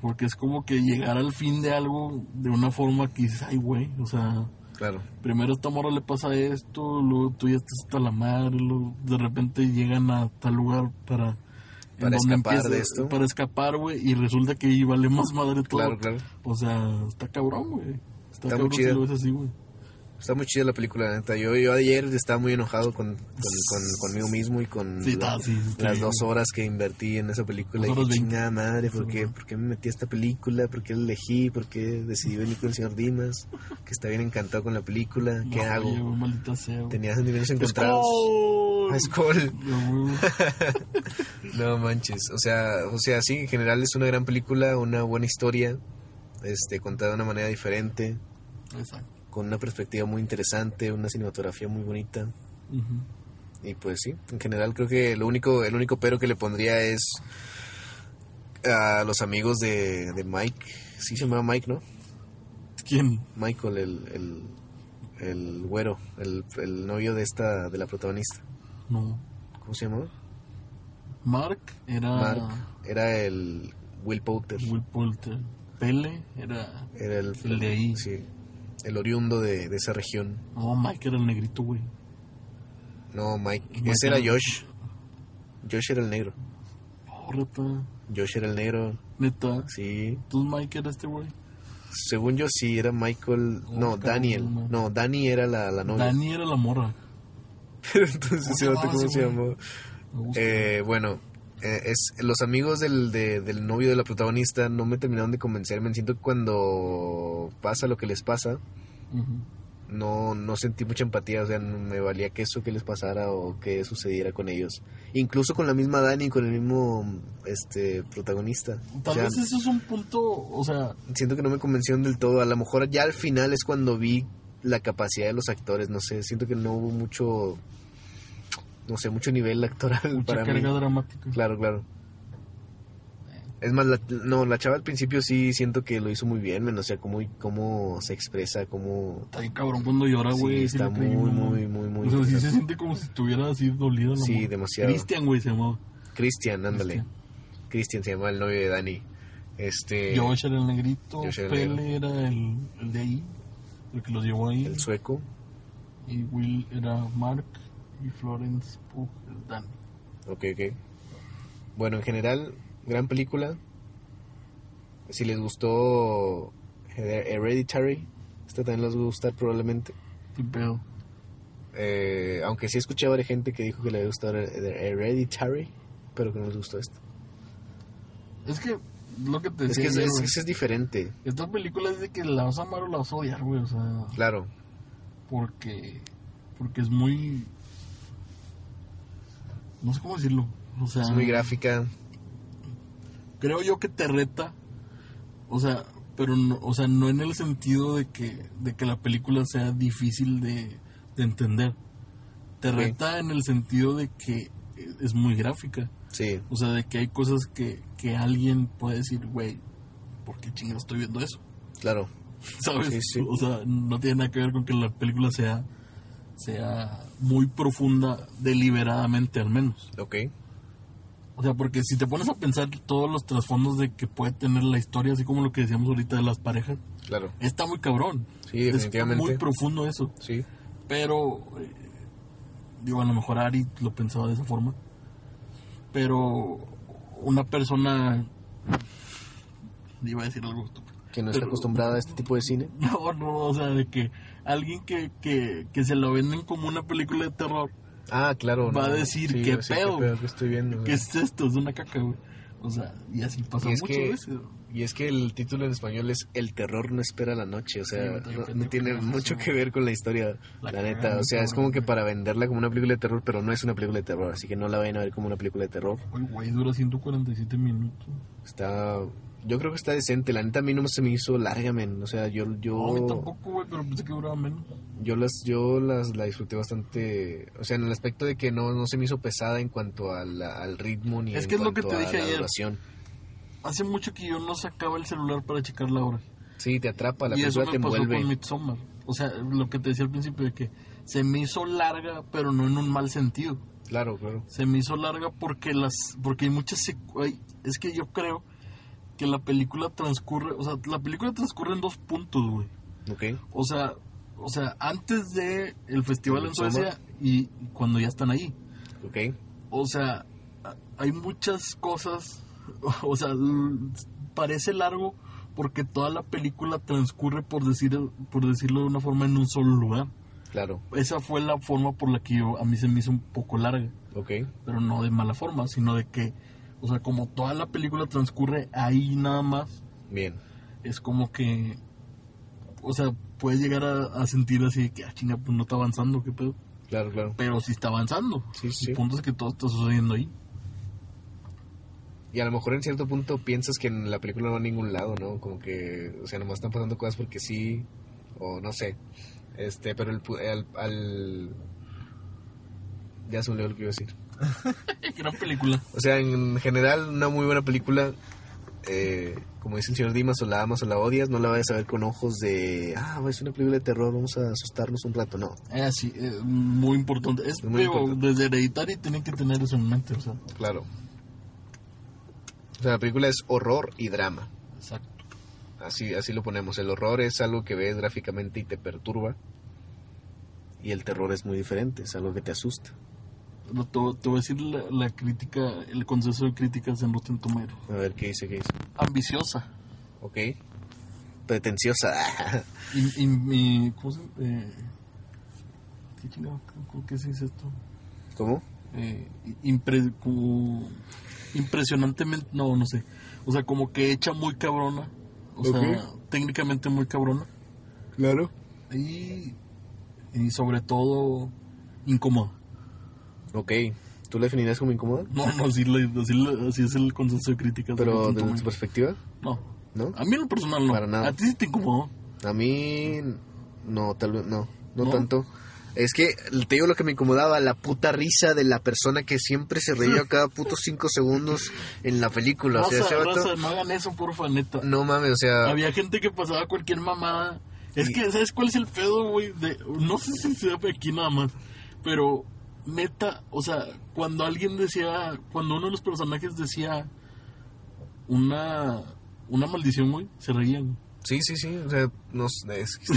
B: porque es como que llegar al fin de algo de una forma que dices, ay, güey, o sea,
A: Claro,
B: primero a esta morra le pasa esto, luego tú ya estás hasta la madre, luego de repente llegan a tal lugar para en
A: Para
B: donde
A: escapar de esto.
B: para escapar, güey, y resulta que ahí vale más madre todo.
A: claro, claro.
B: O sea, está cabrón, güey. Está,
A: muy
B: cabrón si
A: chida.
B: lo ves así, güey.
A: Está muy chida la película, la neta. Yo, yo ayer estaba muy enojado con, con- con- conmigo mismo y con
B: Sí,
A: la-
B: ah, sí, sí,
A: las
B: sí.
A: dos horas que invertí en esa película.
B: Dos
A: Y
B: horas
A: dije,
B: veinte.
A: chingada madre, ¿por
B: Sí,
A: qué,
B: ¿no?
A: ¿por qué me metí a esta película? ¿Por qué la elegí? ¿Por qué decidí venir con el señor Dimas? Que está bien encantado con la película. ¿Qué
B: No,
A: hago?
B: oye, güey, maldita sea, güey.
A: Tenía sentimientos encontrados.
B: ¡Skull!
A: Ah, Skull.
B: No, güey.
A: No manches. O sea, o sea, sí, en general es una gran película, una buena historia, este, contada de una manera diferente,
B: Exacto.
A: con una perspectiva muy interesante, una cinematografía muy bonita. Y pues sí, en general creo que lo único, el único pero que le pondría es a los amigos de, de Mike. Sí se llama Mike, ¿no?
B: ¿Quién?
A: Michael, el, el, el güero, el, el novio de esta, de la protagonista.
B: No.
A: ¿Cómo se llamaba?
B: Mark era.
A: Mark. Era el Will Poulter.
B: Ah, Will Poulter. Pele era.
A: Era el,
B: El de ahí.
A: Sí, el oriundo de, de esa región.
B: No, Mike era el negrito, güey.
A: No, Mike.
B: Mike
A: Ese era
B: era-
A: Josh. Josh era el negro.
B: Oh, rata.
A: Josh era el negro,
B: Neta.
A: sí.
B: Entonces Mike era este, güey.
A: Según yo, sí, era Michael.
B: Oh,
A: No,
B: cabrón,
A: Daniel.
B: no.
A: No, Dani era la, la novia.
B: Dani era la morra.
A: Pero entonces,
B: ¿Cómo se
A: vato,
B: llamaba
A: ¿cómo
B: ese
A: se
B: güey?
A: llamó?
B: Me gusta.
A: Eh, bueno, eh, es, los amigos del, de- del novio de la protagonista no me terminaron de convencerme. Siento que cuando pasa lo que les pasa, Eh,
B: Ujú.
A: no, no sentí mucha empatía, o sea, no me valía que eso que les pasara o que sucediera con ellos. Incluso con la misma Dani, con el mismo este protagonista. O
B: Tal
A: sea,
B: vez eso es un punto, o sea,
A: siento que no me convencieron del todo. A lo mejor ya al final es cuando vi la capacidad de los actores, no sé, siento que no hubo mucho, no sé, mucho nivel actoral
B: mucha
A: para mí.
B: carga dramática.
A: Claro, claro. Es más, la, no, la chava al principio sí siento que lo hizo muy bien, men, o sea, cómo, cómo se expresa, cómo...
B: Está bien cabrón cuando llora,
A: Sí,
B: güey. sí
A: está
B: le creí,
A: muy,
B: mamá.
A: muy, muy, muy...
B: O sea, sí se
A: interesante.
B: siente como si estuviera así dolida la
A: Sí,
B: morra.
A: demasiado.
B: Cristian, güey, se llamaba.
A: Cristian, ándale. Cristian se llama el novio de Dani. Este...
B: Josh era el negrito,
A: Josh era el
B: Pele era el, el de ahí, el que los llevó ahí.
A: El sueco.
B: Y Will era Mark y Florence Pugh, el Dan.
A: Ok, ok. Bueno, en general, gran película. Si les gustó Her- Hereditary, esta también les va a gustar probablemente.
B: Qué pedo.
A: Eh, aunque sí escuché a varias gente que dijo que le había gustado Her- Hereditary, pero que no les gustó esto.
B: Es que lo que te
A: Es
B: decía,
A: que es,
B: ayer,
A: es-
B: güey,
A: es- es diferente,
B: esta película es de que la vas a amar o la vas a odiar, güey. O sea,
A: claro.
B: porque, porque es muy. No sé cómo decirlo. O sea,
A: Es muy gráfica.
B: creo yo que te reta. O sea, pero no, o sea, no en el sentido de que, de que la película sea difícil de, de entender. Te
A: Ok.
B: reta en el sentido de que es muy gráfica.
A: Sí,
B: O sea, de que hay cosas que, que alguien puede decir, güey, ¿por qué chingados estoy viendo eso?
A: claro.
B: ¿Sabes?
A: Sí, sí.
B: O sea, no tiene nada que ver con que la película sea, sea muy profunda deliberadamente al menos.
A: Ok.
B: O sea, porque si te pones a pensar todos los trasfondos de que puede tener la historia, así como lo que decíamos ahorita de las parejas,
A: Claro.
B: está muy cabrón.
A: Sí,
B: Es
A: definitivamente.
B: muy profundo eso.
A: Sí.
B: Pero, eh, digo, a lo mejor Ari lo pensaba de esa forma. Pero una persona... Iba a decir algo estúpido.
A: Que no está
B: Pero-
A: acostumbrada a este tipo de cine.
B: No, no, o sea, de que alguien que, que, que se lo venden como una película de terror,
A: Ah, claro.
B: Va a decir,
A: sí,
B: "¿Qué
A: va a decir,
B: pedo?"
A: que estoy viendo.
B: ¿qué es esto? Es una caca, güey. O sea, y así pasa
A: Y es
B: muchas
A: que-
B: veces.
A: Y es que el título en español es El terror no espera la noche, o
B: Sí,
A: sea,
B: güey,
A: no,
B: pendejo,
A: no tiene
B: pendejo,
A: mucho
B: sí.
A: que ver con la historia, la,
B: La
A: neta.
B: cagaron,
A: O sea, es
B: cabrón,
A: como que
B: güey.
A: para venderla como una película de terror, pero no es una película de terror, así que no la vayan a ver como una película de terror.
B: Uy, güey, dura 147 minutos.
A: Está, yo creo que está decente, la neta a mí no se me hizo larga, men. O sea, yo, yo,
B: No, a mí tampoco, güey, pero pensé que duraba menos.
A: yo las, yo las, la disfruté bastante, o sea, en el aspecto de que no, no se me hizo pesada en cuanto a la- al ritmo ni
B: Es
A: en
B: que es lo que
A: cuanto
B: te
A: a
B: dije
A: la
B: ayer.
A: duración.
B: Hace mucho que yo no sacaba el celular para checar la hora.
A: Sí, te atrapa, la
B: y eso
A: película te
B: me pasó con
A: envuelve.
B: Midsommar. O sea, lo que te decía al principio, de que se me hizo larga, pero no en un mal sentido.
A: Claro, claro.
B: se me hizo larga porque las porque hay muchas secu- hay- es que yo creo que la película transcurre o sea la película transcurre en dos puntos güey
A: Ok,
B: o sea o sea antes de el festival en
A: Midsommar.
B: Suecia y, y cuando ya están ahí
A: ok,
B: o sea a- hay muchas cosas o sea l- parece largo porque toda la película transcurre por decir por decirlo de una forma en un solo lugar
A: claro,
B: esa fue la forma por la que yo, a mí se me hizo un poco larga
A: ok.
B: pero no de mala forma, sino de que, o sea, como toda la película transcurre ahí nada más,
A: Bien,
B: es como que, o sea, puedes llegar a, a sentir así de que, ah, chinga, pues no está avanzando, qué pedo.
A: claro, claro.
B: Pero sí está avanzando.
A: Sí,
B: El
A: sí.
B: punto es que todo está sucediendo ahí.
A: Y a lo mejor en cierto punto piensas que en la película no va a ningún lado, ¿no? Como que, o sea, nomás están pasando cosas porque sí, o no sé. Este, pero el pu- al, al- Ya se me olvidó lo que iba a decir.
B: Gran película.
A: O sea, en general, una muy buena película. Eh, como dice el señor Dimas, o la amas o la odias, no la vayas a ver con ojos de, ah, es una película de terror, vamos a asustarnos un rato. No,
B: Ah, sí, eh, muy importante. Es,
A: Muy
B: digo,
A: importante.
B: desde hereditaria tienen que tener eso en mente, o sea,
A: claro. O sea, la película es horror y drama.
B: exacto.
A: Así, así lo ponemos. El horror es algo que ves gráficamente y te perturba. Y el terror es muy diferente, es algo que te asusta.
B: Lo- Te, te voy a decir la, la crítica, el consenso de críticas en Rotten Tomatoes.
A: A ver qué dice, qué dice.
B: Ambiciosa.
A: Ok. Pretenciosa.
B: Y, y- y- ¿Cómo se eh, ¿Qué chingado? ¿Cómo que se dice esto?
A: ¿Cómo?
B: Eh, impre- como- impresionantemente, no, no sé. O sea, como que hecha muy cabrona. O sea,
A: Ok.
B: técnicamente muy cabrona.
A: Claro.
B: Y, y sobre todo, incómoda.
A: Ok. ¿Tú la definirías como incómoda?
B: No, no, así, le- así le- así es el consenso de críticas. de
A: Pero desde
B: Rotten
A: tu
B: Tomatoes.
A: perspectiva,
B: no,
A: ¿no?
B: a mí en lo personal no.
A: Para nada.
B: A ti sí te incomodó.
A: A mí, no, tal vez, no, no,
B: ¿No?
A: tanto. Es que te digo lo que me incomodaba, la puta risa de la persona que siempre se reía cada puto cinco segundos en la película. O sea,
B: Raza,
A: ese vato-
B: raza, no hagan eso, porfa, neta.
A: no mames, o sea,
B: Había gente que pasaba cualquier mamada. Es que, ¿sabes cuál es el pedo, güey? De- No sé si se da aquí nada más. Pero, neta, o sea, cuando alguien decía, cuando uno de los personajes decía una, una maldición, güey, se reían.
A: sí, sí, sí, o sea, no sé, es que-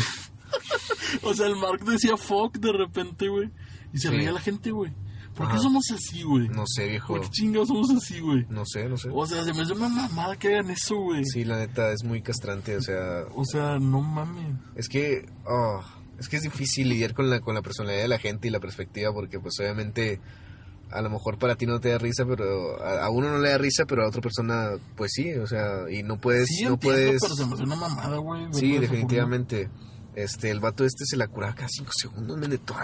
B: O sea, el Mark decía fuck de repente, güey. Y se
A: Sí.
B: reía la gente, güey. ¿Por qué
A: Ajá.
B: somos así, güey?
A: no sé, viejo,
B: ¿Por qué chingados somos así, güey?
A: no sé, no sé.
B: O sea, se me hace una mamada que hagan eso, güey.
A: Sí, la neta, es muy castrante, o sea,
B: O sea, no mames.
A: Es que, ah, es que es difícil lidiar con la, con la personalidad de la gente y la perspectiva, porque pues obviamente a lo mejor para ti no te da risa, pero a, a uno no le da risa, pero a otra persona pues sí, o sea, y no puedes,
B: Sí,
A: no
B: entiendo,
A: puedes,
B: pero se me hace una mamada, güey. verlo de
A: sí,
B: esa
A: definitivamente. Este, el vato este se la curaba cada cinco segundos, men, de todo,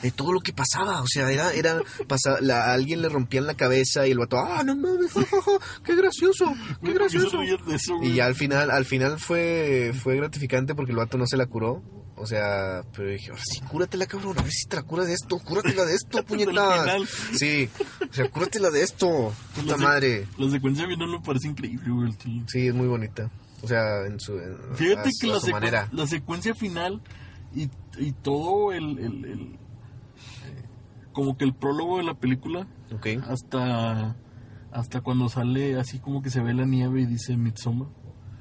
A: de todo lo que pasaba. O sea, era, era, pasa- la- a alguien le rompían la cabeza y el vato, ah, no mames, qué gracioso, qué
B: Güey, ¿por qué se
A: gracioso.
B: ríen de eso, güey?
A: Y ya al final, al final fue, fue gratificante porque el vato no se la curó. O sea, pero dije, ahora sí, cúratela, cabrón. A ver si te la curas de esto. Cúratela de esto, puñetas.
B: final.
A: Sí, o sea, cúratela de esto.
B: La
A: Puta
B: sec-
A: madre.
B: La secuencia final me parece increíble, güey. al chile.
A: Sí, es muy bonita. O sea, en su, en-
B: Fíjate
A: a su-
B: que
A: a
B: la,
A: su
B: secu-
A: manera.
B: la secuencia final y, y todo el, el- el- eh, Como que el prólogo de la película
A: Ok,
B: hasta. Hasta cuando sale así como que se ve la nieve y dice Midsommar.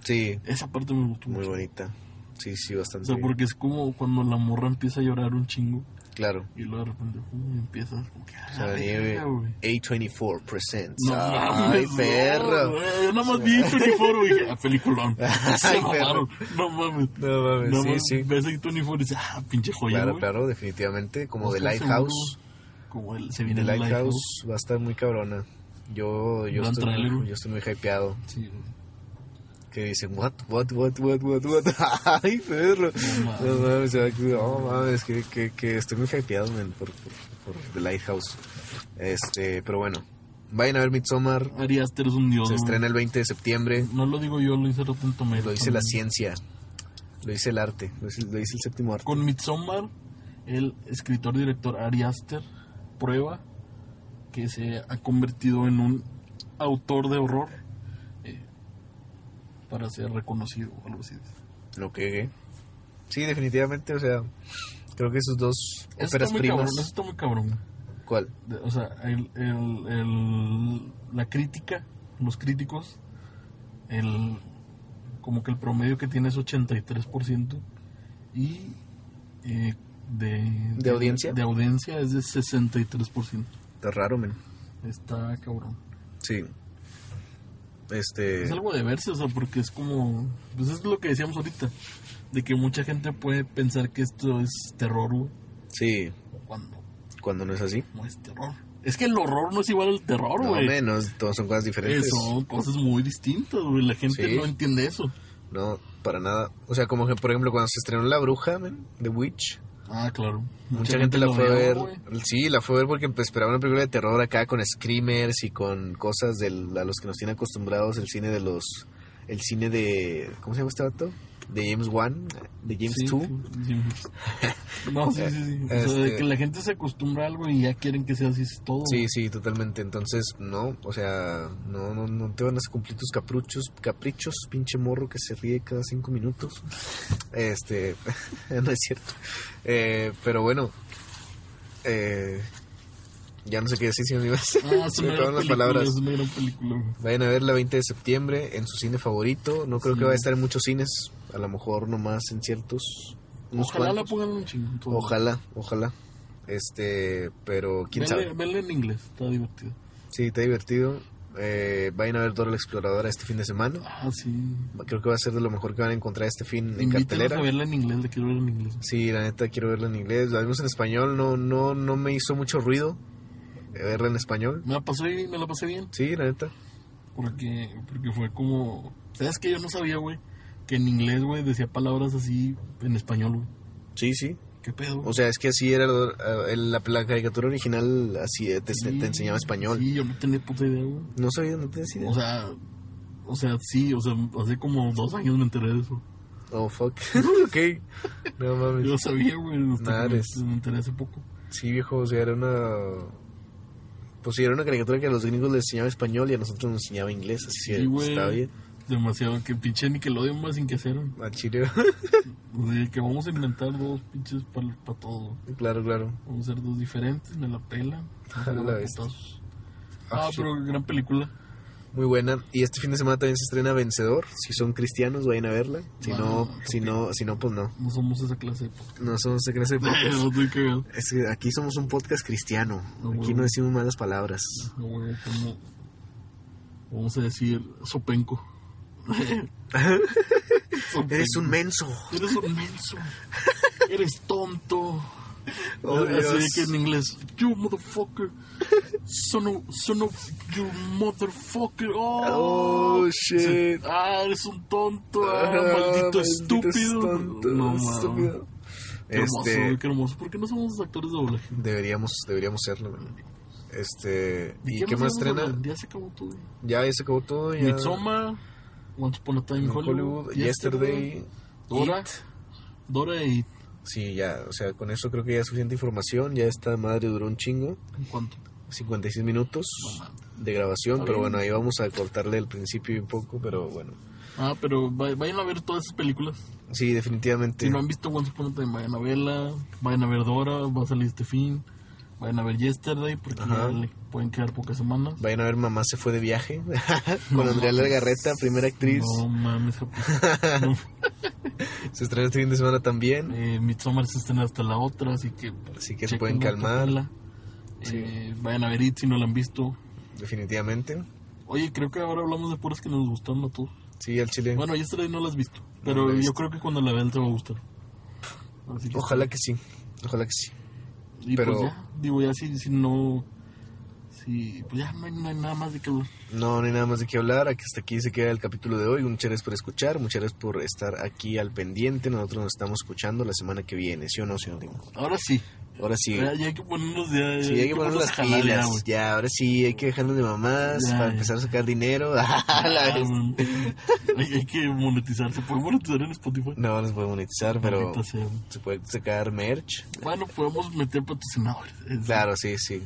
A: sí,
B: Esa parte me gustó
A: muy
B: mucho.
A: bonita. Sí, sí,
B: O
A: bastante.
B: sea, porque es como cuando la morra empieza a llorar un chingo
A: Claro.
B: y luego de repente pum, empieza como que... "Ah,
A: O sea,
B: verga,
A: nieve
B: güey".
A: A24 presents.
B: No,
A: Ay,
B: mames, no,
A: perro.
B: güey, yo nada más vi 24 y dije, ah, peliculón. Se
A: Ay,
B: mamaron. No mames.
A: No mames,
B: No
A: sí,
B: mames,
A: sí.
B: ves ahí 24 y dices, ah, pinche joya,
A: Claro,
B: güey.
A: claro, definitivamente. Como de
B: Oscar
A: Lighthouse.
B: seguro, Como el, se viene
A: The
B: el
A: Lighthouse,
B: Lighthouse.
A: va a estar muy cabrona. Yo, yo,
B: Gran
A: estoy,
B: tráiler,
A: muy,
B: güey.
A: yo estoy muy hypeado.
B: Sí, güey.
A: Que dicen, what, what, what, what, what, what. Ay, perro.
B: No
A: No mames, se va a- no mames, que, que, que estoy muy hypeado, man, por, por, por The Lighthouse. Este, pero bueno, vayan a ver Midsommar.
B: Ari Aster es un dios.
A: Se
B: güey.
A: estrena el 20 de septiembre.
B: No lo digo yo, lo hice Rotten Tomatoes.
A: Lo dice la
B: también.
A: ciencia. Lo dice el arte. Lo dice, lo dice el séptimo arte.
B: Con Midsommar, el escritor-director Ari Aster prueba que se ha convertido en un autor de horror eh, para ser reconocido o algo así.
A: Lo que. eh. Sí, definitivamente, o sea, creo que esos dos
B: Eso
A: óperas
B: está muy
A: primas.
B: cabrón, eso está muy cabrón.
A: ¿Cuál?
B: De- O sea, el, el- el- la crítica, los críticos, el como que el promedio que tiene es 83% y eh, de,
A: ¿De audiencia?
B: De audiencia es de 63%.
A: Está raro, men.
B: Está cabrón.
A: Sí. Este.
B: Es algo de verse, o sea, porque es como... Pues es lo que decíamos ahorita, de que mucha gente puede pensar que esto es terror, güey,
A: Sí,
B: cuando
A: cuando no es así.
B: no es terror. Es que el horror no es igual al terror,
A: No,
B: güey.
A: menos, todas son cosas
B: Eh,
A: diferentes.
B: son cosas muy distintas, güey. La gente
A: Sí.
B: no entiende eso.
A: No, para nada. O sea, como que, por ejemplo, cuando se estrenó La Bruja, men, The Witch,
B: Ah, claro.
A: mucha, gente, la
B: lo
A: fue a
B: vio,
A: ver.
B: güey.
A: Sí, la fue a ver porque pues, esperaba una película de terror acá con screamers y con cosas del, a los que nos tiene acostumbrados el cine de los. El cine de. ¿Cómo se llama este vato? de James Wan, de James
B: Sí,
A: 2.
B: sí, James. No, sí, sí, sí. O sea,
A: Este-
B: de que la gente se acostumbra a algo y ya quieren que sea así es todo.
A: Sí, sí, totalmente. Entonces, no, o sea, no, no, no te van a cumplir tus caprichos, caprichos, pinche morro que se ríe cada cinco minutos. Este, no es cierto. Eh, pero bueno, eh, ya no sé qué decir, si me ibas-
B: Ah, es
A: se
B: una
A: me acabaron
B: gran
A: las
B: película,
A: palabras.
B: Es una gran película. güey.
A: Vayan a ver la 20 de septiembre en su cine favorito. No creo
B: Sí.
A: que vaya a estar en muchos cines, a lo mejor nomás en ciertos. unos
B: Ojalá la
A: cuantos.
B: pongan un chingo. en todo.
A: Ojalá, ojalá. Este, pero quién
B: Vele,
A: sabe.
B: vele en inglés, está divertido.
A: Sí, está divertido. Eh, vayan a ver Dora la Exploradora este fin de semana.
B: Ah, sí.
A: Creo que va a ser de lo mejor que van a encontrar este fin en
B: Invítenos a
A: cartelera.
B: verla en inglés, la quiero ver en inglés.
A: Sí, la neta quiero verla en inglés. La vimos en español, no, no, no me hizo mucho ruido eh, verla en español.
B: Me la pasé, me la pasé bien.
A: Sí, la neta.
B: Porque, porque fue como... ¿Sabes que Yo no sabía, güey, que en inglés, güey, decía palabras así en español, güey.
A: Sí, sí.
B: ¿Qué pedo?
A: O sea, es que así era eh, el- la, la caricatura original, así eh, te,
B: Sí,
A: te enseñaba español.
B: Sí, yo no tenía puta idea, güey.
A: No sabía, no tenía idea.
B: O sea, o sea, sí, o sea, hace como dos años me enteré de eso.
A: Oh, fuck. ok. No
B: Yo
A: mames.
B: lo sabía, güey, hasta que
A: Madres.
B: me, me enteré hace poco.
A: Sí, viejo, o sea, era una... Pues sí, era una caricatura que a los gringos les enseñaba español y a nosotros nos enseñaba inglés, así
B: Sí,
A: que
B: güey.
A: está bien.
B: Demasiado, que pinche Nickelodeon más sin que hacer. güey.
A: Al chile.
B: O sea, que vamos a inventar dos pinches para todo. güey.
A: claro, claro.
B: Vamos a hacer dos diferentes, me la pela. Nos
A: A
B: agarran
A: la bestia.
B: putazos.
A: Ah,
B: Ah,
A: shit.
B: pero gran película.
A: Muy buena. Y este fin de semana también se estrena Vencedor. Si son cristianos, vayan a verla. Si no,
B: Wow,
A: si
B: ok.
A: no, si no, pues no.
B: No somos esa clase de podcast.
A: No somos se crece
B: No estoy cagado.
A: Es que aquí somos un podcast cristiano.
B: No,
A: Aquí
B: güey.
A: no decimos malas palabras.
B: No, güey, como- Vamos a decir sopenco. Sopenco.
A: Eres un menso.
B: Eres un menso. Eres tonto.
A: Oh,
B: Así
A: Dios.
B: de que en inglés, you motherfucker. Son of, son of you motherfucker. Oh,
A: Oh, shit.
B: Ah, eres un tonto. Ah,
A: Ah,
B: maldito, estúpido.
A: tonto,
B: no, mames.
A: estúpido.
B: Qué hermoso,
A: Este,
B: güey, qué hermoso. ¿Por qué no somos actores de doblaje?
A: deberíamos, deberíamos serlo. man. Este,
B: ¿De
A: ¿y qué más
B: íbamos a
A: estrena?
B: hablar? Ya se acabó todo.
A: Ya, ya se acabó todo. Ya.
B: Midsommar, Once Upon a Time
A: En
B: in Hollywood,
A: Hollywood, Yesterday,
B: Dora,
A: It.
B: Dora y
A: Sí, ya, o sea, con eso creo que ya es suficiente información. Ya esta madre duró un chingo,
B: ¿en cuánto?
A: 56 minutos de grabación,
B: Está
A: pero
B: bien.
A: bueno, ahí vamos a cortarle el principio y un poco, pero bueno.
B: Ah, pero va- vayan a ver todas esas películas.
A: Sí, definitivamente.
B: Si no han visto Once Upon a Time, vayan a verla. Vayan a ver Dora, va a salir este fin. Vayan a ver Yesterday, porque
A: Ajá.
B: ya le pueden quedar pocas semanas.
A: Vayan a ver Mamá se fue de viaje con
B: No
A: Andrea
B: mames.
A: Legarreta, primera actriz.
B: No mames, japonés. No,
A: Se estrena este fin de semana también.
B: eh, Midsommar se estrena hasta la otra, así que.
A: Así que se pueden
B: chequenla,
A: calmar.
B: tóquenla. Eh, vayan a ver It si no la han visto.
A: Definitivamente.
B: Oye, creo que ahora hablamos de puras que nos gustaron a todos.
A: Sí, al chile.
B: Bueno, Yesterday no la has visto,
A: No
B: pero
A: la he
B: yo
A: visto.
B: creo que cuando la veas te va a gustar. Así que-
A: Ojalá que sí. Ojalá que sí.
B: Y
A: pero-
B: pues ya, digo, ya si, si no... Si, pues ya no hay, no hay nada más de que hablar.
A: No, no hay nada más de qué hablar. Aquí- Hasta aquí se queda el capítulo de hoy. Muchas gracias por escuchar. Muchas gracias por estar aquí al pendiente. Nosotros nos estamos escuchando la semana que viene. ¿Sí o no, señor Dimo?
B: Ahora sí,
A: Ahora sí.
B: ya, ya hay que ponernos ya...
A: Sí, hay que poner las
B: ponernos a jalar ya,
A: pilas.
B: güey.
A: Ya, ahora sí, hay que dejarnos de mamás
B: Ya,
A: para
B: ya.
A: empezar a sacar dinero. A la
B: Ah,
A: vez.
B: man. hay, hay que monetizar, se puede monetizar en Spotify.
A: no nos puede monetizar, pero
B: Maldita sea, güey.
A: se puede sacar merch.
B: Bueno, podemos meter patrocinadores. es-
A: Claro, sí, sí.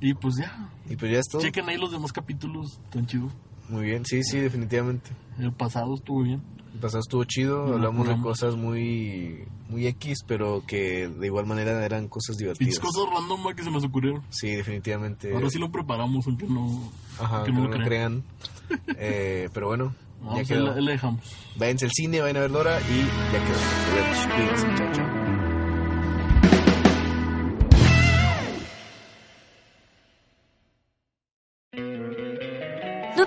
B: Y pues ya,
A: Y pues ya es todo.
B: chequen ahí los demás capítulos, tan chido.
A: Muy bien, sí, sí, definitivamente.
B: El pasado estuvo bien.
A: El pasado estuvo chido.
B: No,
A: Hablamos de
B: no.
A: cosas muy, muy X, pero que de igual manera eran cosas divertidas.
B: Pinches cosas random güey, que se nos ocurrieron.
A: Sí, definitivamente.
B: Ahora sí lo preparamos, aunque no.
A: Eh. Ajá,
B: aunque
A: que no lo crean. Eh, pero bueno, ya
B: Vamos, pues ahí
A: quedó.
B: la, ahí la dejamos.
A: Váyanse al cine, vayan a ver Dora y ya quedó. Nos vemos. Cuídense. Chao, chao.
C: ¿No